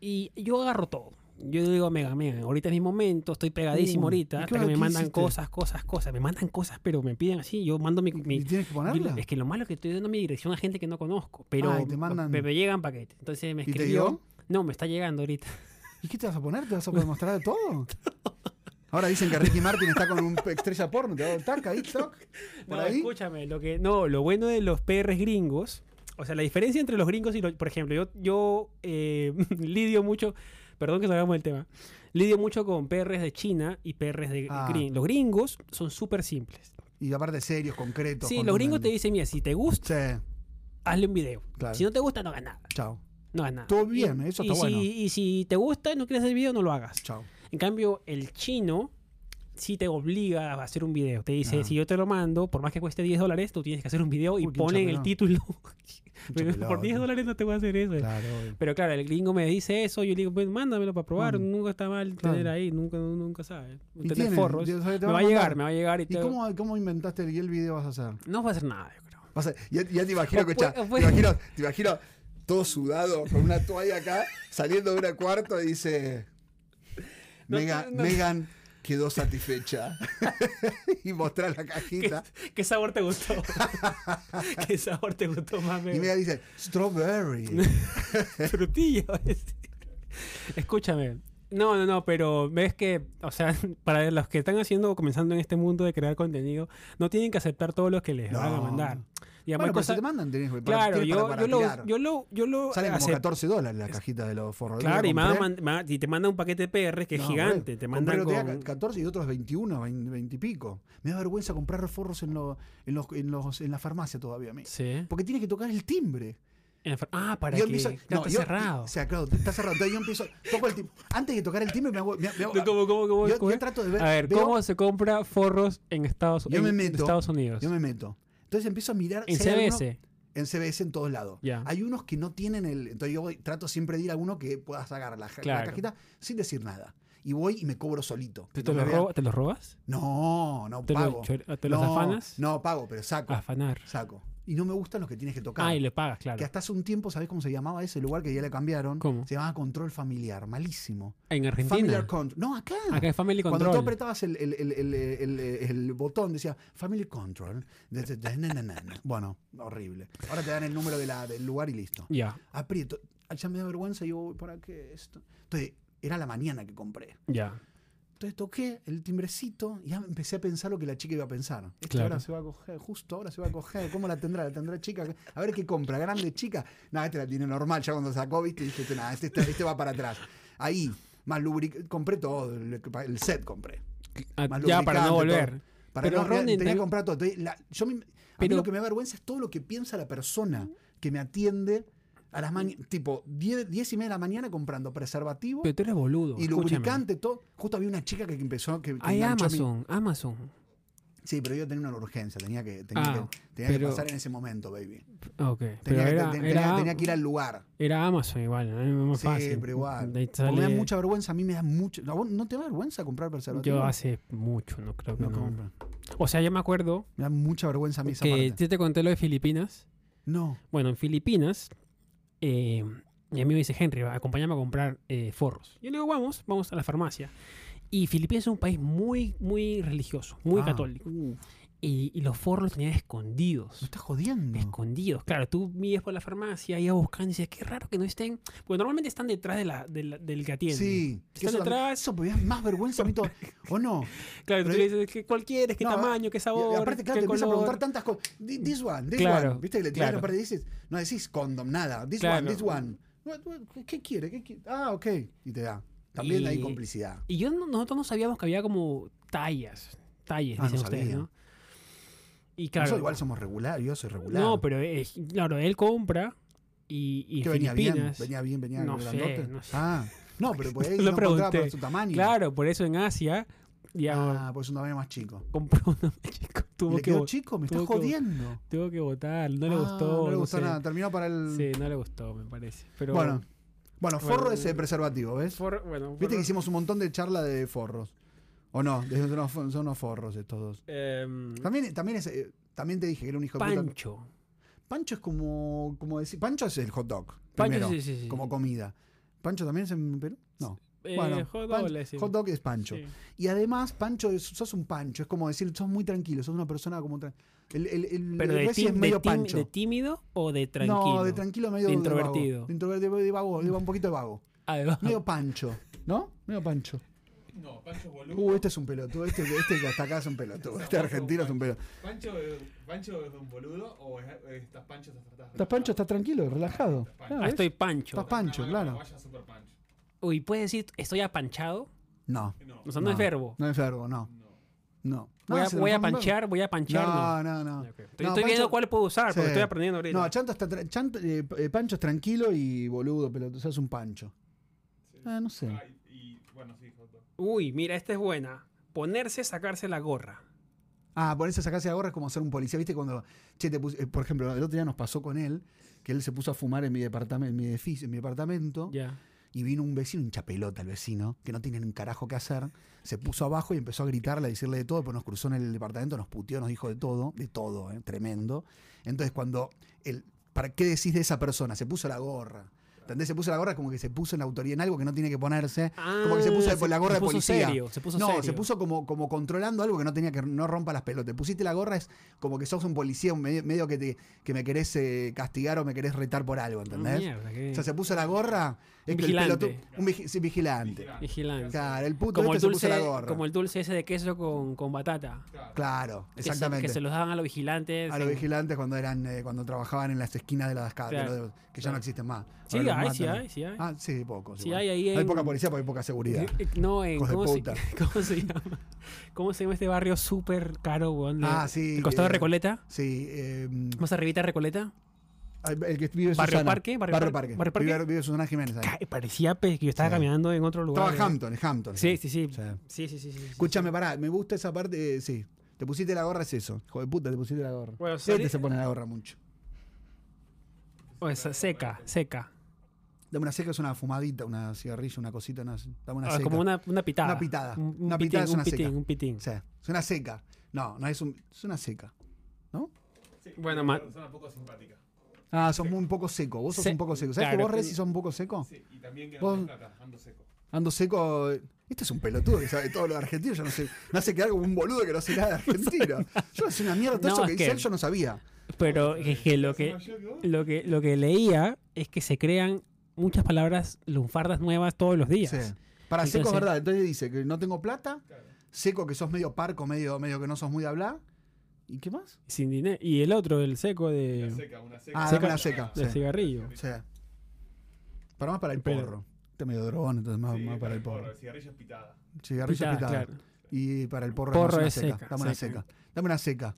S1: Y yo agarro todo. Yo digo, mega, mega, ahorita es mi momento, estoy pegadísimo
S2: Uh, ¿y
S1: ahorita,
S2: qué
S1: hasta que
S2: va-
S1: me
S2: qué
S1: mandan
S2: hiciste?
S1: cosas, cosas, cosas. Me mandan cosas, pero me piden así, yo mando mi... mi-
S2: ¿Y tienes que
S1: yo lo-
S2: ponerla?
S1: es que lo malo es que estoy dando mi dirección a gente que no conozco, pero
S2: Ah, y te mandan-
S1: me, me llegan paquetes. Entonces me
S2: ¿Y te
S1: escribió...
S2: llegó?
S1: No, me está llegando ahorita.
S2: ¿Y qué te vas a poner? ¿Te vas a demostrar de todo? Ahora dicen que Ricky Martin está con un estrella porno. ¿Te va a tac ahí, toc? ¿Por
S1: No,
S2: ahí?
S1: escúchame, lo que no, lo bueno de los PRs gringos, o sea, la diferencia entre los gringos y los, por ejemplo, yo yo eh, lidio mucho, perdón que salgamos del tema. Lidio mucho con PRs de China y PRs de
S2: Ah.
S1: gringos. Los gringos son súper simples.
S2: Y aparte serios, concretos.
S1: Sí, los gringos te
S2: contundentes.
S1: dicen, mira, si te gusta,
S2: Sí,
S1: hazle un video.
S2: Claro.
S1: Si no te gusta, no hagas nada.
S2: chao.
S1: No hagas nada.
S2: Todo
S1: Y-
S2: bien, eso
S1: y
S2: está
S1: si-
S2: bueno.
S1: Y si te gusta y no quieres hacer video, no lo hagas.
S2: Chao.
S1: En cambio, el chino sí te obliga a hacer un video. Te dice,
S2: Ah.
S1: si yo te lo mando, por más que cueste 10 dólares, tú tienes que hacer un video y
S2: Uy, qué
S1: ponen el
S2: chapelón.
S1: título. Pero
S2: Mucho
S1: por
S2: pelota.
S1: 10 dólares no te voy a hacer eso.
S2: Claro, obvio.
S1: Pero claro, el gringo me dice eso, yo le digo, "Pues, mándamelo para probar,
S2: Mm.
S1: nunca está mal
S2: Claro.
S1: tener ahí, nunca, nunca sabes.
S2: Y
S1: Tener
S2: tienen,
S1: forros.
S2: Dios sabe, te
S1: Me
S2: van
S1: va a
S2: mandar.
S1: llegar, me va a llegar y,
S2: ¿Y
S1: te-
S2: cómo, cómo inventaste el, y el video vas a hacer?
S1: No va a hacer nada, yo creo.
S2: Vas a- ya, ya te imagino,
S1: O
S2: escuchá,
S1: puede- o puede-
S2: te imagino, te imagino todo sudado, con una toalla acá, saliendo de una cuarto y dice,
S1: No,
S2: Mega-
S1: no.
S2: Megan quedó satisfecha. y mostrar la cajita.
S1: ¿Qué sabor te gustó? ¿Qué sabor te gustó más?
S2: Y Megan dice, strawberry.
S1: Frutilla. va a decir. Escúchame. No, no, no, pero ves que, o sea, para los que están haciendo, comenzando en este mundo de crear contenido, no tienen que aceptar todo lo que les van a
S2: No.
S1: mandar. Y
S2: Bueno, pero si te mandan, tenés para-
S1: claro,
S2: tenés
S1: yo,
S2: para-
S1: yo,
S2: para tirar.
S1: lo, yo lo, yo lo
S2: Salen como
S1: acep-
S2: 14 dólares la cajita de los forros. Yo
S1: Claro,
S2: la
S1: y, me van
S2: compré.
S1: a mand- me va- y te manda un paquete de PR que es
S2: No,
S1: gigante.
S2: boludo.
S1: Te
S2: Compré
S1: mandan
S2: el otro día
S1: con...
S2: ca- 14 y otros 21, 20, 20 y pico. Me da vergüenza comprar forros en, lo- en, los, en, los, en la farmacia todavía a mí.
S1: Sí.
S2: Porque tiene que tocar el timbre.
S1: En la fr- Ah, para
S2: Y yo
S1: que...
S2: empiezo-
S1: claro,
S2: no,
S1: está
S2: yo-
S1: cerrado.
S2: O sea, claro, está cerrado. Entonces yo empiezo. Toco el timbre. Antes de tocar el timbre, me hago. me- me hago-
S1: ¿Cómo, cómo, cómo,
S2: yo,
S1: cómo
S2: yo
S1: es?
S2: trato de ver.
S1: a ver,
S2: veo-
S1: ¿cómo se compra forros en Estados,
S2: Yo me
S1: en
S2: meto,
S1: Estados Unidos?
S2: Yo me meto. Entonces empiezo a mirar.
S1: En
S2: si hay alguno-
S1: CBS.
S2: en CBS en todos lados.
S1: Ya.
S2: Hay unos que no tienen el. Entonces yo voy- trato siempre de ir a uno que pueda sacar la, ja- la
S1: Claro.
S2: cajita sin decir nada. Y voy y me cobro solito.
S1: ¿Te,
S2: que
S1: te
S2: no
S1: los
S2: me vean.
S1: roba- te los robas?
S2: No, no
S1: ¿Te,
S2: pago.
S1: los, chor- te los
S2: no,
S1: afanas? Ah.
S2: No, pago, pero saco.
S1: Afanar.
S2: Saco. Y no me gustan los que tienes que tocar.
S1: Ah, y le pagas,
S2: Que
S1: claro.
S2: hasta hace un tiempo, ¿sabés cómo se llamaba ese lugar que ya le cambiaron?
S1: ¿Cómo?
S2: Se llamaba Control Familiar, malísimo.
S1: En
S2: Familiar
S1: Argentina.
S2: Control. No, acá.
S1: Acá es Family
S2: Cuando tú
S1: Control.
S2: apretabas el, el- el- el- el- el botón, decía Family Control. de- de- de- na- na- na- na. Bueno, horrible. Ahora te dan el número de la- del lugar y listo.
S1: Ya,
S2: Aprieto. Ah, Ya me da vergüenza y yo, "Uy, ¿para qué esto? Entonces, era la mañana que compré.
S1: ya.
S2: Entonces toqué el timbrecito y ya empecé a pensar lo que la chica iba a pensar. Esta
S1: Claro.
S2: ahora se va a coger, justo ahora se va a coger. ¿Cómo la tendrá? ¿La tendrá chica? A ver qué compra, grande chica. Nada, este la tiene normal. Ya cuando sacó, viste, dijiste, nada, este, este- este va para atrás. Ahí, más lubricante. Compré todo, el, el set compré.
S1: Ah,
S2: Más
S1: ya, para no
S2: lubricante,
S1: volver.
S2: Para
S1: Pero,
S2: no,
S1: Ronen,
S2: tenía que
S1: te-
S2: comprar todo. Entonces, la- yo me- a mí
S1: Pero-
S2: lo que me da vergüenza es todo lo que piensa la persona que me atiende a las mañanas. Tipo, 10, 10 y media de la mañana comprando preservativo.
S1: Pero tú eres boludo.
S2: Y
S1: escúchame.
S2: lubricante, todo. Justo había una chica que empezó. Que, que
S1: Hay
S2: enganchó a mi-
S1: Amazon, Amazon.
S2: Sí, pero yo tenía una urgencia, tenía que, tenía
S1: Ah,
S2: que, tenía que
S1: pero-
S2: pasar en ese momento, baby.
S1: Ah, Ok, pero
S2: Tenía, que-
S1: era,
S2: te- te-
S1: era-
S2: tenía- tenía que ir al lugar.
S1: era Amazon igual, ¿no? es más
S2: Sí,
S1: fácil.
S2: pero igual.
S1: De ahí
S2: Porque me da
S1: sale-
S2: mucha vergüenza, a mí me da mucho. ¿a vos ¿No te da vergüenza comprar preservativo?
S1: Yo hace mucho, no creo que
S2: No
S1: no.
S2: compro.
S1: O sea, yo me acuerdo
S2: Me da mucha vergüenza a mí esa
S1: que
S2: parte.
S1: yo te conté lo de Filipinas.
S2: No.
S1: Bueno, en Filipinas, eh, mi amigo dice, Henry, va, acompáñame a comprar eh, forros. Yo le digo, vamos, vamos a la farmacia. Y Filipinas es un país muy, muy religioso, muy
S2: Ah,
S1: católico.
S2: uh,
S1: Y, y los forros los tenían
S2: me
S1: escondidos.
S2: estás jodiendo.
S1: Escondidos, claro, tú mides por la farmacia, ibas buscando y dices, qué raro que no estén. Porque normalmente están detrás de la, de la- del que atiende.
S2: Sí.
S1: Están
S2: eso, también-
S1: atrás.
S2: eso me da más vergüenza a mí todo. ¿O no?
S1: Claro,
S2: Pero
S1: tú le dices, ¿qué, ¿cuál quieres? ¿Qué
S2: No,
S1: tamaño? ¿Qué
S2: Y- y
S1: sabor?
S2: aparte, claro, te
S1: ¿Qué
S2: empiezas a
S1: color?
S2: preguntar tantas cosas. Thi- This one, this
S1: Claro,
S2: one. ¿Viste que le tirás
S1: claro.
S2: la parte y dices, no decís condom, nada. This
S1: Claro.
S2: one, this one. What- what- ¿Qué quiere? ¿Qué quiere? Ah, ok. Y te da. También
S1: Y-
S2: hay complicidad.
S1: Y yo no- nosotros no sabíamos que había como tallas. Talles,
S2: Ah, no
S1: dicen ustedes,
S2: sabía.
S1: ¿no? Y claro.
S2: Nosotros igual somos regular, yo soy regular.
S1: No, pero eh, claro, él compra y, y en
S2: que venía bien,
S1: Filipinas.
S2: venía bien, venía
S1: No sé,
S2: grandote.
S1: no sé.
S2: Ah, no, pero por ahí
S1: Lo
S2: no encontraba
S1: pregunté.
S2: por su tamaño.
S1: Claro, por eso en Asia, digamos,
S2: Ah, pues un tamaño más chico.
S1: compró uno chico, tuvo
S2: ¿Le
S1: que,
S2: quedó
S1: bo-
S2: chico? Me
S1: tuvo
S2: estás
S1: que-
S2: jodiendo.
S1: tuvo que votar, no le
S2: Ah,
S1: gustó.
S2: No le gustó
S1: sé.
S2: nada. Terminó para el.
S1: Sí, no le gustó, me parece. Pero
S2: bueno, bueno, forro
S1: Bueno,
S2: ese de preservativo, ¿ves?
S1: for- bueno,
S2: Viste
S1: for-
S2: que hicimos un montón de charla de forros. ¿O no? De- Son unos, for- son unos forros estos dos.
S1: em,
S2: También, también, es, eh, también te dije que era un hijo de puta.
S1: Pancho.
S2: Pancho es como, como decir. Pancho es el hot dog.
S1: Pancho,
S2: Primero,
S1: sí, sí, sí.
S2: Como comida. ¿Pancho también es en Perú? No.
S1: Eh,
S2: Bueno,
S1: hot dog
S2: Pan-
S1: le decimos.
S2: hot dog es Pancho.
S1: Sí.
S2: Y además, Pancho, es- sos un Pancho. Es como decir, sos muy tranquilo, sos una persona como. tra- el, el, el-
S1: Pero
S2: el
S1: de,
S2: Resi
S1: ti-
S2: es
S1: de
S2: medio
S1: tim-
S2: Pancho.
S1: de tímido o de tranquilo.
S2: No, de tranquilo, medio
S1: De
S2: de vago.
S1: introvertido.
S2: De introvertido, de vago, de un poquito de vago.
S1: Ahí va.
S2: Medio Pancho, ¿no? Medio Pancho.
S3: No, Pancho es boludo.
S2: Uh, este es un pelotudo. Este, este que hasta acá es un pelotudo. Este argentino es un pelotudo.
S3: Pancho, es- Pancho es un boludo o es, estás Pancho estás tratando.
S2: ¿Estás Pancho? ¿Estás tranquilo? ¿Relajado? Ah,
S1: Ah,
S2: ¿ves?
S1: estoy pancho.
S2: Estás Pancho, claro.
S3: Vaya super Pancho.
S1: Uy, puedes decir estoy apanchado.
S2: No,
S3: No.
S1: O sea, no, es
S2: No.
S1: verbo.
S2: no es verbo, no.
S3: no.
S2: No.
S1: Voy, a,
S2: No, se
S1: voy a
S2: transforma en verbo.
S1: panchar, voy a panchar. No.
S2: No, no, no.
S1: Ok. Estoy,
S2: Ah. No,
S1: estoy
S2: Pancho-
S1: viendo cuál puedo usar porque
S2: Sí.
S1: estoy aprendiendo ahorita.
S2: No, Chanto está tra- Chanto, eh, eh, Pancho es tranquilo y boludo, pelotudo. O sea, es un Pancho.
S3: Sí.
S2: Ah, no sé.
S3: Ah, y, y, bueno, sí, hot dog.
S1: Uy, mira, esta es buena. Ponerse, sacarse la gorra.
S2: Ah, ponerse a sacarse la gorra es como ser un policía, ¿viste? Cuando, che, te pus- eh, por ejemplo, el otro día nos pasó con él, que él se puso a fumar en mi departamento, en mi edificio, en mi departamento,
S1: Ya.
S2: Y vino un vecino, un chapelota el vecino, que no tenía ni un carajo que hacer. Se puso abajo y empezó a gritarle, a decirle de todo, pues nos cruzó en el departamento, nos puteó, nos dijo de todo, de todo, ¿eh? tremendo. Entonces, cuando el, ¿para qué decís de esa persona? Se puso la gorra. ¿Entendés? Se puso la gorra como que se puso en la autoridad en algo que no tiene que ponerse. como que se puso
S1: Ah,
S2: de- la gorra
S1: se puso
S2: de policía.
S1: serio, se puso
S2: no,
S1: serio.
S2: se puso como, como controlando algo que no tenía que no rompa las pelotas. Te pusiste la gorra es como que sos un policía, un medio, medio que, te, que me querés eh, castigar o me querés retar por algo,
S1: Ah,
S2: ¿entendés?
S1: mierda, qué-
S2: O sea, se puso la gorra. Es
S1: Un
S2: que
S1: vigilante.
S2: el pelotudo. Un vigi- sí, vigilante.
S1: Vigilante.
S2: Claro, el puto
S1: como, el
S2: este
S1: dulce,
S2: se puso la gorra.
S1: como el dulce ese de queso con, con batata.
S2: Claro,
S1: Que se-
S2: exactamente.
S1: Que se, los daban a los vigilantes.
S2: A los
S1: en-
S2: vigilantes cuando eran eh, cuando trabajaban en las esquinas de las casas,
S1: Claro.
S2: que ya no existen más.
S1: Sí,
S2: Ahora los
S1: hay,
S2: matan.
S1: sí hay, sí hay.
S2: Ah, sí, pocos.
S1: Sí
S2: igual.
S1: hay ahí
S2: Hay
S1: en-
S2: poca policía porque hay poca seguridad.
S1: Eh, No, en,
S2: Hijos de
S1: ¿cómo, se,
S2: puta.
S1: cómo se llama? ¿Cómo se llama este barrio súper caro, weón? De-
S2: Ah, sí,
S1: El costado de
S2: eh,
S1: Recoleta.
S2: Sí, eh,
S1: Más arribita de Recoleta.
S2: el que vive
S1: ¿Barrio
S2: Susana.
S1: Parque? ¿Barrio
S2: Barrio
S1: Parque?
S2: Parque.
S1: ¿Barrio Parque?
S2: Vive, vive Susana Jiménez ahí.
S1: Ca- Parecía pe, que yo estaba
S2: Sí.
S1: caminando en otro lugar.
S2: Estaba
S1: weón.
S2: Hampton, es Hampton.
S1: Sí, sí, sí.
S2: Sí.
S1: Sí, sí, sí. sí, sí, sí.
S2: Escúchame, pará, me gusta esa parte, eh, sí. Te pusiste la gorra, es eso. Hijo de puta, te pusiste la gorra.
S1: Bueno,
S2: Este
S1: salí-
S2: se pone la gorra mucho.
S1: O esa, Pues, seca, seca.
S2: Dame una seca, es una fumadita, una cigarrilla, una cosita, una, dame una
S1: Ah,
S2: seca.
S1: como una, una pitada.
S2: Una pitada.
S1: Un, un
S2: Una
S1: pitín,
S2: pitada es
S1: un
S2: una seca.
S1: pitín, un pitín.
S2: O sea, es una seca. No, no es un, es una seca.
S1: Bueno, ma-
S3: Son un poco simpática.
S2: Ah, sos muy un poco seco. Vos sos
S1: Se-
S2: un poco seco. ¿Sabés
S1: claro,
S2: que vos,
S1: que-
S2: Resi, sos un poco seco?
S3: Sí, y también que
S2: Vos-
S3: no plata, ando seco.
S2: Ando seco. Este es un pelotudo que sabe todo lo de argentino. Yo no sé. Me hace quedar como un boludo que no sé nada de argentino. Yo no sé una mierda. Todo
S1: No,
S2: eso
S1: es
S2: que
S1: que-
S2: dice él yo no sabía.
S1: Pero es Oh, que lo que,
S3: ¿Más yo que vos?
S1: lo que lo que leía es que se crean muchas palabras lunfardas nuevas todos los días.
S2: Sí. Para seco
S1: Entonces-
S2: es verdad. Entonces dice que no tengo plata.
S3: Claro. Yo
S2: Seco que sos medio parco, medio, medio que no sos muy de hablar. ¿Y qué más?
S1: Sin dinero. Y el otro, el seco de,
S3: Una seca, una seca.
S2: Ah,
S1: Seca.
S2: dame una seca.
S1: del
S2: Sí.
S1: cigarrillo.
S2: Sí. Para más para el
S1: Pero-
S2: porro. Este medio drogón, entonces más,
S3: Sí,
S2: más para el porro.
S3: El cigarrillo es pitada.
S2: Cigarrillo
S1: Pitada,
S2: pitada.
S1: claro.
S2: Y para el porro,
S1: Porro
S2: no,
S1: es
S2: es una seca.
S1: seca,
S2: Dame una
S1: seca.
S2: seca. Dame una seca.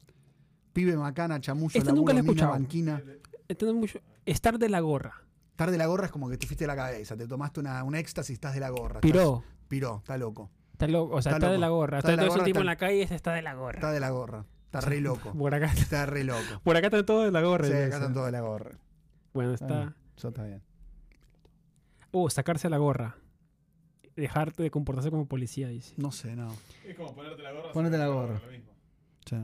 S2: Pibe, macana, chamullo,
S1: Esta nunca la he
S2: mina,
S1: escuchado.
S2: banquina.
S1: Entiendo mucho. Estar de la gorra.
S2: Estar de la gorra es como que te fuiste de la cabeza. Te tomaste una, un éxtasis, estás de la gorra. Estás-
S1: Piró.
S2: piró, está loco.
S1: Está loco. O sea, está,
S2: Está
S1: de
S2: loco.
S1: la gorra.
S2: Está de
S1: Está,
S2: la
S1: todo ese
S2: gorra,
S1: tipo
S2: está-
S1: en la calle ese está de la gorra.
S2: Está de la gorra. Está re loco.
S1: Por acá,
S2: Está re loco.
S1: por acá está todo de la gorra.
S2: Sí,
S1: ¿no? O
S2: acá
S1: sea,
S2: están todos de la gorra.
S1: Bueno,
S2: Está
S1: está.
S2: bien. Eso está bien.
S1: Uh, sacarse la gorra. Dejarte de comportarse como policía, dice.
S2: No sé, no.
S3: Es como ponerte la gorra.
S2: Ponete la
S3: sacar
S2: gorra.
S3: Lo mismo.
S2: Sí.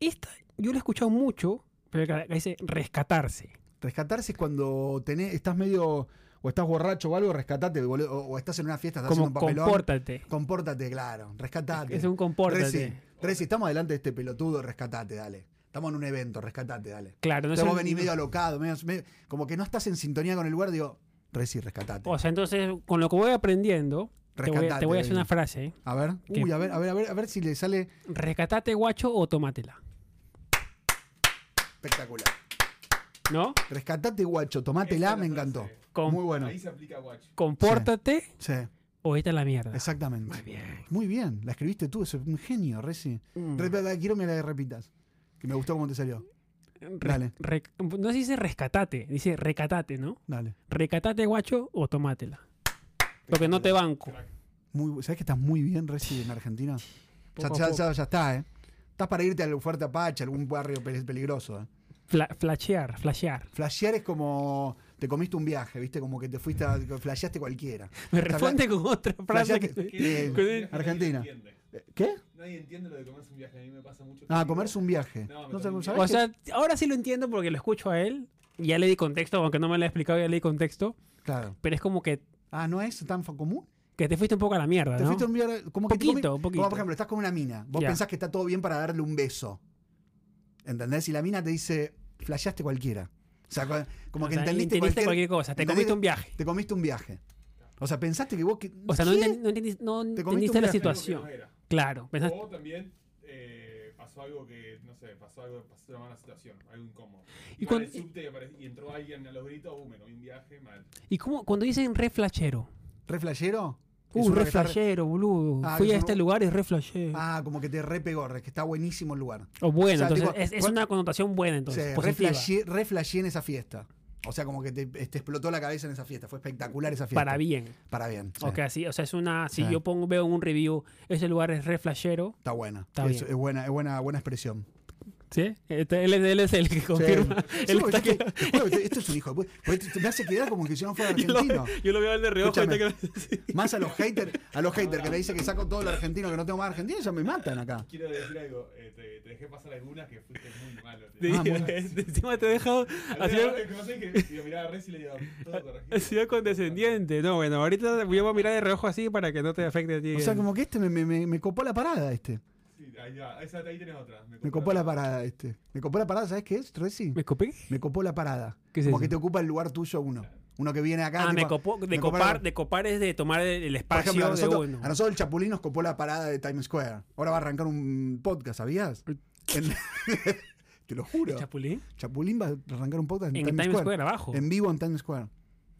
S1: Esta yo la he escuchado mucho, pero acá acá dice rescatarse.
S2: Rescatarse es cuando tenés, estás medio. O estás borracho o algo, rescatate. boludo, O, o estás en una fiesta, estás
S1: Como
S2: haciendo un papelón.
S1: compórtate.
S2: Compórtate, claro. Rescatate.
S1: Es un compórtate.
S2: Reci, Reci, estamos delante de este pelotudo, rescatate, dale. Estamos en un evento, rescatate, dale.
S1: Claro, no es
S2: Entonces vos
S1: un-
S2: venís medio alocado, medio- medio- como que no estás en sintonía con el lugar, digo, Reci, rescatate.
S1: O sea, entonces, con lo que voy aprendiendo, te voy, a- te
S2: Rescatate,
S1: voy a hacer
S2: baby.
S1: una frase. ¿eh?
S2: A ver,
S1: ¿Qué?
S2: uy, a ver, a ver, a ver, a ver si le sale
S1: Rescatate, guacho, o tómatela.
S2: espectacular.
S1: ¿No?
S2: Rescatate, guacho, tomátela,
S3: Esa es la
S2: me encantó.
S3: frase.
S1: Com-
S2: Muy bueno.
S3: Ahí se aplica guacho.
S1: Compórtate
S2: Sí,
S1: o vete a la mierda.
S2: exactamente.
S1: Bien.
S2: Muy bien, la escribiste tú, es un genio, Reci.
S1: Mm.
S2: Repita, Quiero que me la repitas. Que me gustó cómo te salió.
S1: Re-
S2: Dale,
S1: re- no se dice rescatate, dice recatate, ¿no?
S2: dale.
S1: Recatate, guacho, o tomátela. Porque no te banco.
S2: Muy, ¿Sabes que estás muy bien, Reci, en Argentina? Ya,
S1: Poco a
S2: ya-
S1: poco.
S2: ya- ya está, ¿eh? Estás para irte al fuerte Apache, algún barrio pe- peligroso, ¿eh?
S1: Fla- flashear, flashear.
S2: Flashear es como te comiste un viaje, ¿viste? Como que te fuiste, a, flasheaste cualquiera.
S1: Me
S2: O sea,
S1: responde con otra frase.
S2: flasheaste-
S1: que-
S2: Bien.
S1: con-
S3: Nadie
S2: Argentina.
S3: entiende.
S2: ¿Qué?
S3: Nadie entiende lo de comerse un viaje. A mí me pasa mucho.
S2: Ah, comerse un viaje.
S3: No, me
S2: No,
S3: comí un
S2: sabes
S1: O
S2: que-
S1: sea, ahora sí lo entiendo porque lo escucho a él. y Ya le di contexto, aunque no me lo ha explicado, ya le di contexto.
S2: Claro.
S1: Pero es como que,
S2: Ah, ¿no es tan fa- común?
S1: que te fuiste un poco a la mierda,
S2: Te
S1: Ah, ¿no?
S2: fuiste un viaje... Como que te
S1: Poquito,
S2: comi-
S1: poquito.
S2: Como, por ejemplo, estás con una mina. Vos
S1: Ya.
S2: pensás que está todo bien para darle un beso. ¿Entendés? Y la mina te dice, flasheaste cualquiera. O sea, cua- como
S1: O
S2: que
S1: sea,
S2: entendiste,
S1: cualquier...
S2: cualquier-
S1: cosa. Te
S2: entendiste-
S1: comiste un viaje.
S2: Te comiste un viaje. O sea, pensaste que vos... que-
S1: O sea, no,
S2: ¿Qué?
S1: enten- no entendiste, no
S2: comiste
S1: entendiste
S2: un
S1: la
S2: viaje, Oh.
S3: Algo que no
S1: situación.
S3: era.
S1: Claro. pensaste-
S3: O también eh, pasó algo que, no sé, pasó algo, pasó una mala situación, algo incómodo.
S1: Y
S3: Y
S1: cuan-
S3: cuando el subte y, apare- y entró alguien a los gritos, uh, me comí un viaje, mal.
S1: ¿Y cómo, cuando dicen re flashero?
S2: ¿Re flashero? Es
S1: Uh,
S2: uno
S1: re
S2: que está re-
S1: flashero, boludo.
S2: Ah,
S1: Fui
S2: que
S1: a
S2: son-
S1: este lugar y re flashero.
S2: Ah, como que te repegó, re- que está buenísimo el lugar.
S1: o bueno,
S2: o sea,
S1: entonces
S2: tipo,
S1: es, es
S2: ¿cuál-
S1: una connotación buena, entonces.
S2: Sí,
S1: positiva.
S2: reflashé, reflashé en esa fiesta. O sea, como que te, te explotó la cabeza en esa fiesta. Fue espectacular esa fiesta.
S1: Para bien.
S2: Para bien. sí.
S1: Ok, así, o sea, es una. Si
S2: Sí.
S1: yo pongo, veo un review, ese este lugar es re flashero,
S2: Está buena.
S1: Está
S2: es,
S1: bien.
S2: es buena, es buena, buena expresión.
S1: ¿Sí? Este, él, es- él es el que confirma.
S2: Sí,
S1: Él
S2: porque
S1: está
S2: yo
S1: que-
S2: estoy- bueno, este- esto es un hijo de puta. Porque Me hace quedar como que si no fuera
S1: yo, lo,
S2: argentino.
S1: yo lo veo al de reojo.
S2: Escúchame.
S1: ahorita que- sí.
S2: Más a los haters, a los haters que le dicen que saco todo lo argentino que no tengo más argentino, ya me matan acá.
S3: Quiero decir algo, eh, te, te dejé pasar algunas que fuiste muy malo.
S1: Te
S3: Tío.
S2: Ah,
S1: digo,
S2: bueno.
S1: Encima te he dejado así,
S3: Alguna vez que no sé que- y miraba a Resi y le digo, todo corregido.
S1: así de condescendiente. No, bueno, ahorita yo voy a mirar de reojo así para que no te afecte a ti.
S2: O sea, como que este me, me- me- me copó la parada, este.
S3: Sí, ahí, va, esa, ahí tenés otra.
S2: Me copó la parada, este. Me copó la parada, ¿sabes qué es, Reci?
S1: ¿Me copé?
S2: Me copó la parada.
S1: ¿Qué es
S2: como
S1: eso?
S2: que te ocupa el lugar tuyo uno. Uno que viene acá.
S1: Ah,
S2: tipo,
S1: me copó. De
S2: me copó
S1: copar,
S2: la-
S1: de copar es de tomar el el
S2: Por
S1: espacio
S2: ejemplo, a nosotros,
S1: de uno.
S2: a nosotros el Chapulín nos copó la parada de Times Square. Ahora va a arrancar un podcast, ¿sabías? En- te lo juro.
S1: ¿Chapulín?
S2: Chapulín va a arrancar un podcast en,
S1: En Times Square, abajo.
S2: En vivo en Times Square.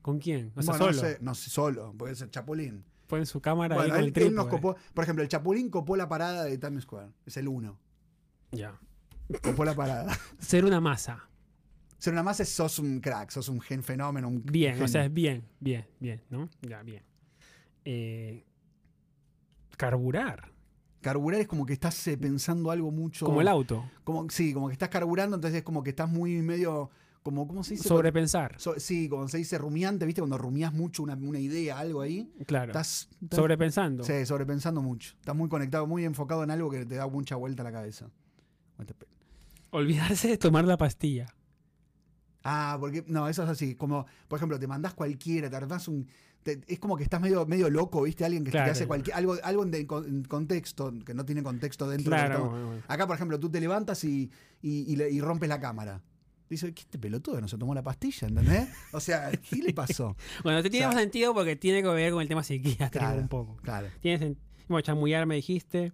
S1: ¿Con quién? O sea,
S2: Bueno,
S1: solo.
S2: No sé, no sé, solo. Puede ser Chapulín.
S1: Fue en su cámara ahí
S2: Bueno,
S1: con
S2: él,
S1: el eh.
S2: él nos
S1: trípode.
S2: copó. Por ejemplo, el Chapulín copó la parada de Times Square. Es el uno.
S1: Ya.
S2: Copó la parada.
S1: Ser una masa.
S2: Ser una masa es sos un crack, sos un gen fenómeno. Un
S1: Bien, o
S2: genio.
S1: sea, es bien, bien, bien, ¿no? Ya, bien. Eh, carburar.
S2: Carburar es como que estás eh, pensando algo mucho.
S1: Como el auto.
S2: como- sí, como que estás carburando, entonces es como que estás muy medio. Como, ¿Cómo se dice?
S1: Sobrepensar.
S2: So- sí, como se dice rumiante, ¿viste? Cuando rumiás mucho una, una idea, algo ahí.
S1: Claro.
S2: Estás. estás-
S1: Sobrepensando.
S2: Sí, sobrepensando mucho. Estás muy conectado, muy enfocado en algo que te da mucha vuelta a la cabeza. What the pe-
S1: Olvidarse de tomar la pastilla.
S2: Ah, porque. No, eso es así. Como, por ejemplo, te mandás cualquiera, te armás un. te- es como que estás medio, medio loco, ¿viste? Alguien que
S1: Claro.
S2: te hace cualquier. Algo, algo en, de- en contexto, que no tiene contexto dentro de lo que
S1: Claro.
S2: estamos-
S1: bueno, bueno.
S2: Acá, por ejemplo, tú te levantas y, y- y le- y rompes la cámara. Dice, ¿qué este pelotudo no se tomó la pastilla, ¿entendés? O sea, ¿qué le pasó?
S1: Bueno, te tiene
S2: O sea-
S1: más sentido porque tiene que ver con el tema psiquiátrico
S2: Claro.
S1: un poco.
S2: Claro.
S1: Tiene sen- Bueno, chamullar me dijiste.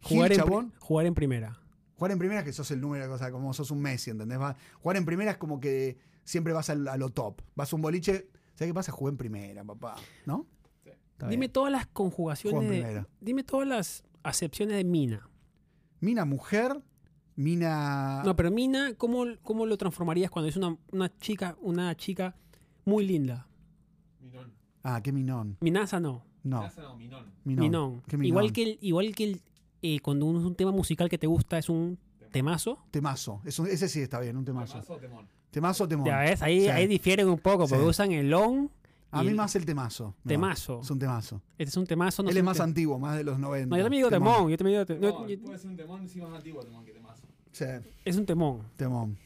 S2: Gil,
S1: Jugar, en,
S2: chabón.
S1: pri- jugar en primera.
S2: Jugar en primera es que sos el número, o sea, como sos un Messi, ¿entendés? Va- jugar en primera es como que siempre vas al- a lo top. Vas a un boliche, ¿sabes qué pasa? Jugué en primera, papá, ¿no?
S3: Sí.
S2: Está
S1: Dime
S2: bien.
S1: todas las conjugaciones.
S2: Juego en
S1: de-
S2: primera.
S1: dime todas las acepciones de mina.
S2: Mina mujer, mina...
S1: No, pero mina, ¿cómo, cómo lo transformarías cuando es una, una chica, una chica muy linda?
S3: Minón.
S2: Ah, qué minón.
S1: Minaza no.
S2: No,
S3: Plaza no, Minón.
S2: minón.
S1: Minón.
S2: Qué minón.
S1: Igual que el, igual que el, eh, cuando un, un tema musical que te gusta es un temazo.
S2: Temazo. Es un- ese sí está bien, un temazo.
S3: Temazo o temón.
S2: Temazo, temón.
S1: Ya ves, ahí,
S2: Sí.
S1: ahí difieren un poco, porque
S2: Sí.
S1: usan el on.
S2: A
S1: y
S2: mí
S1: el-
S2: más el temazo. me va.
S1: Temazo.
S2: Es un temazo.
S1: Este es un temazo. No
S2: Él
S1: sé
S2: es
S1: un
S2: más
S1: te-
S2: antiguo, más de los 90.
S1: No, yo también digo temón. Yo también digo te- no,
S3: No,
S1: yo-
S3: puede ser un temón, pues. sí, más antiguo temón que temazo.
S2: Sí,
S1: es un temón.
S2: temón.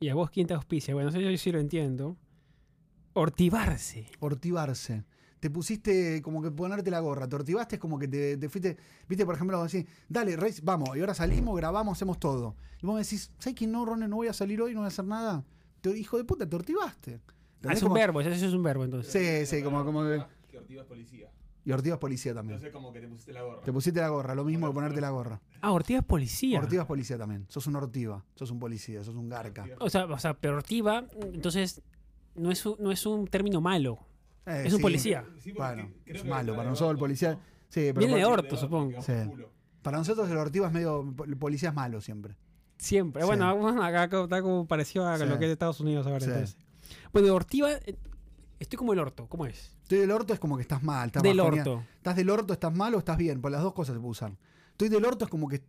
S1: ¿Y a vos quién te auspicia? Bueno, eso yo sí lo entiendo. Ortivarse.
S2: Ortivarse. Te pusiste como que ponerte la gorra. Te ortivaste es como que te, te fuiste. Viste, por ejemplo, así, dale, Reis, vamos. Y ahora salimos, grabamos, hacemos todo. Y vos me decís, ¿sabes que no, Ronen? No voy a salir hoy, no voy a hacer nada. Te- hijo de puta, te ortivaste.
S1: Ah,
S2: ¿Entendés?
S1: es un
S2: Como-
S1: verbo, eso es un verbo entonces.
S2: Sí, sí, como, como que.
S3: Que Ortiva es policía.
S2: Y ortivas policía también.
S3: Entonces como que te pusiste la gorra.
S2: Te pusiste la gorra, lo mismo que ponerte la gorra.
S1: Ah, Ortiva es policía.
S2: Ortivas policía también. Sos un ortiva, sos un policía, sos un garca.
S3: Ortiva.
S1: O sea, o sea, pero Ortiva, entonces, no es un, no es un término malo.
S2: Eh,
S1: Es un
S2: sí.
S1: policía.
S3: Sí, porque
S2: Bueno,
S3: creo
S2: es
S3: que
S2: malo.
S3: la
S2: Para
S3: de
S2: nosotros el
S3: Orto,
S2: policía.
S3: ¿no?
S2: Sí, pero
S1: Viene de
S2: para-
S1: orto,
S3: Orto,
S1: supongo.
S3: que es
S2: Sí.
S3: culo.
S2: Para nosotros el ortiva es medio. El policía es malo siempre.
S1: Siempre. Ah,
S2: Sí.
S1: Bueno, bueno, acá co- está como parecido a
S2: Sí.
S1: lo que es de Estados Unidos ahora.
S2: Sí.
S1: Entonces. Bueno, Ortiva, eh, estoy como el orto, ¿cómo es?
S2: Estoy del orto es como que estás mal. Estás
S1: Del
S2: bajoneado.
S1: orto.
S2: Estás del orto, estás mal o estás bien. Por las dos cosas se puede usar. Estoy del orto es como que.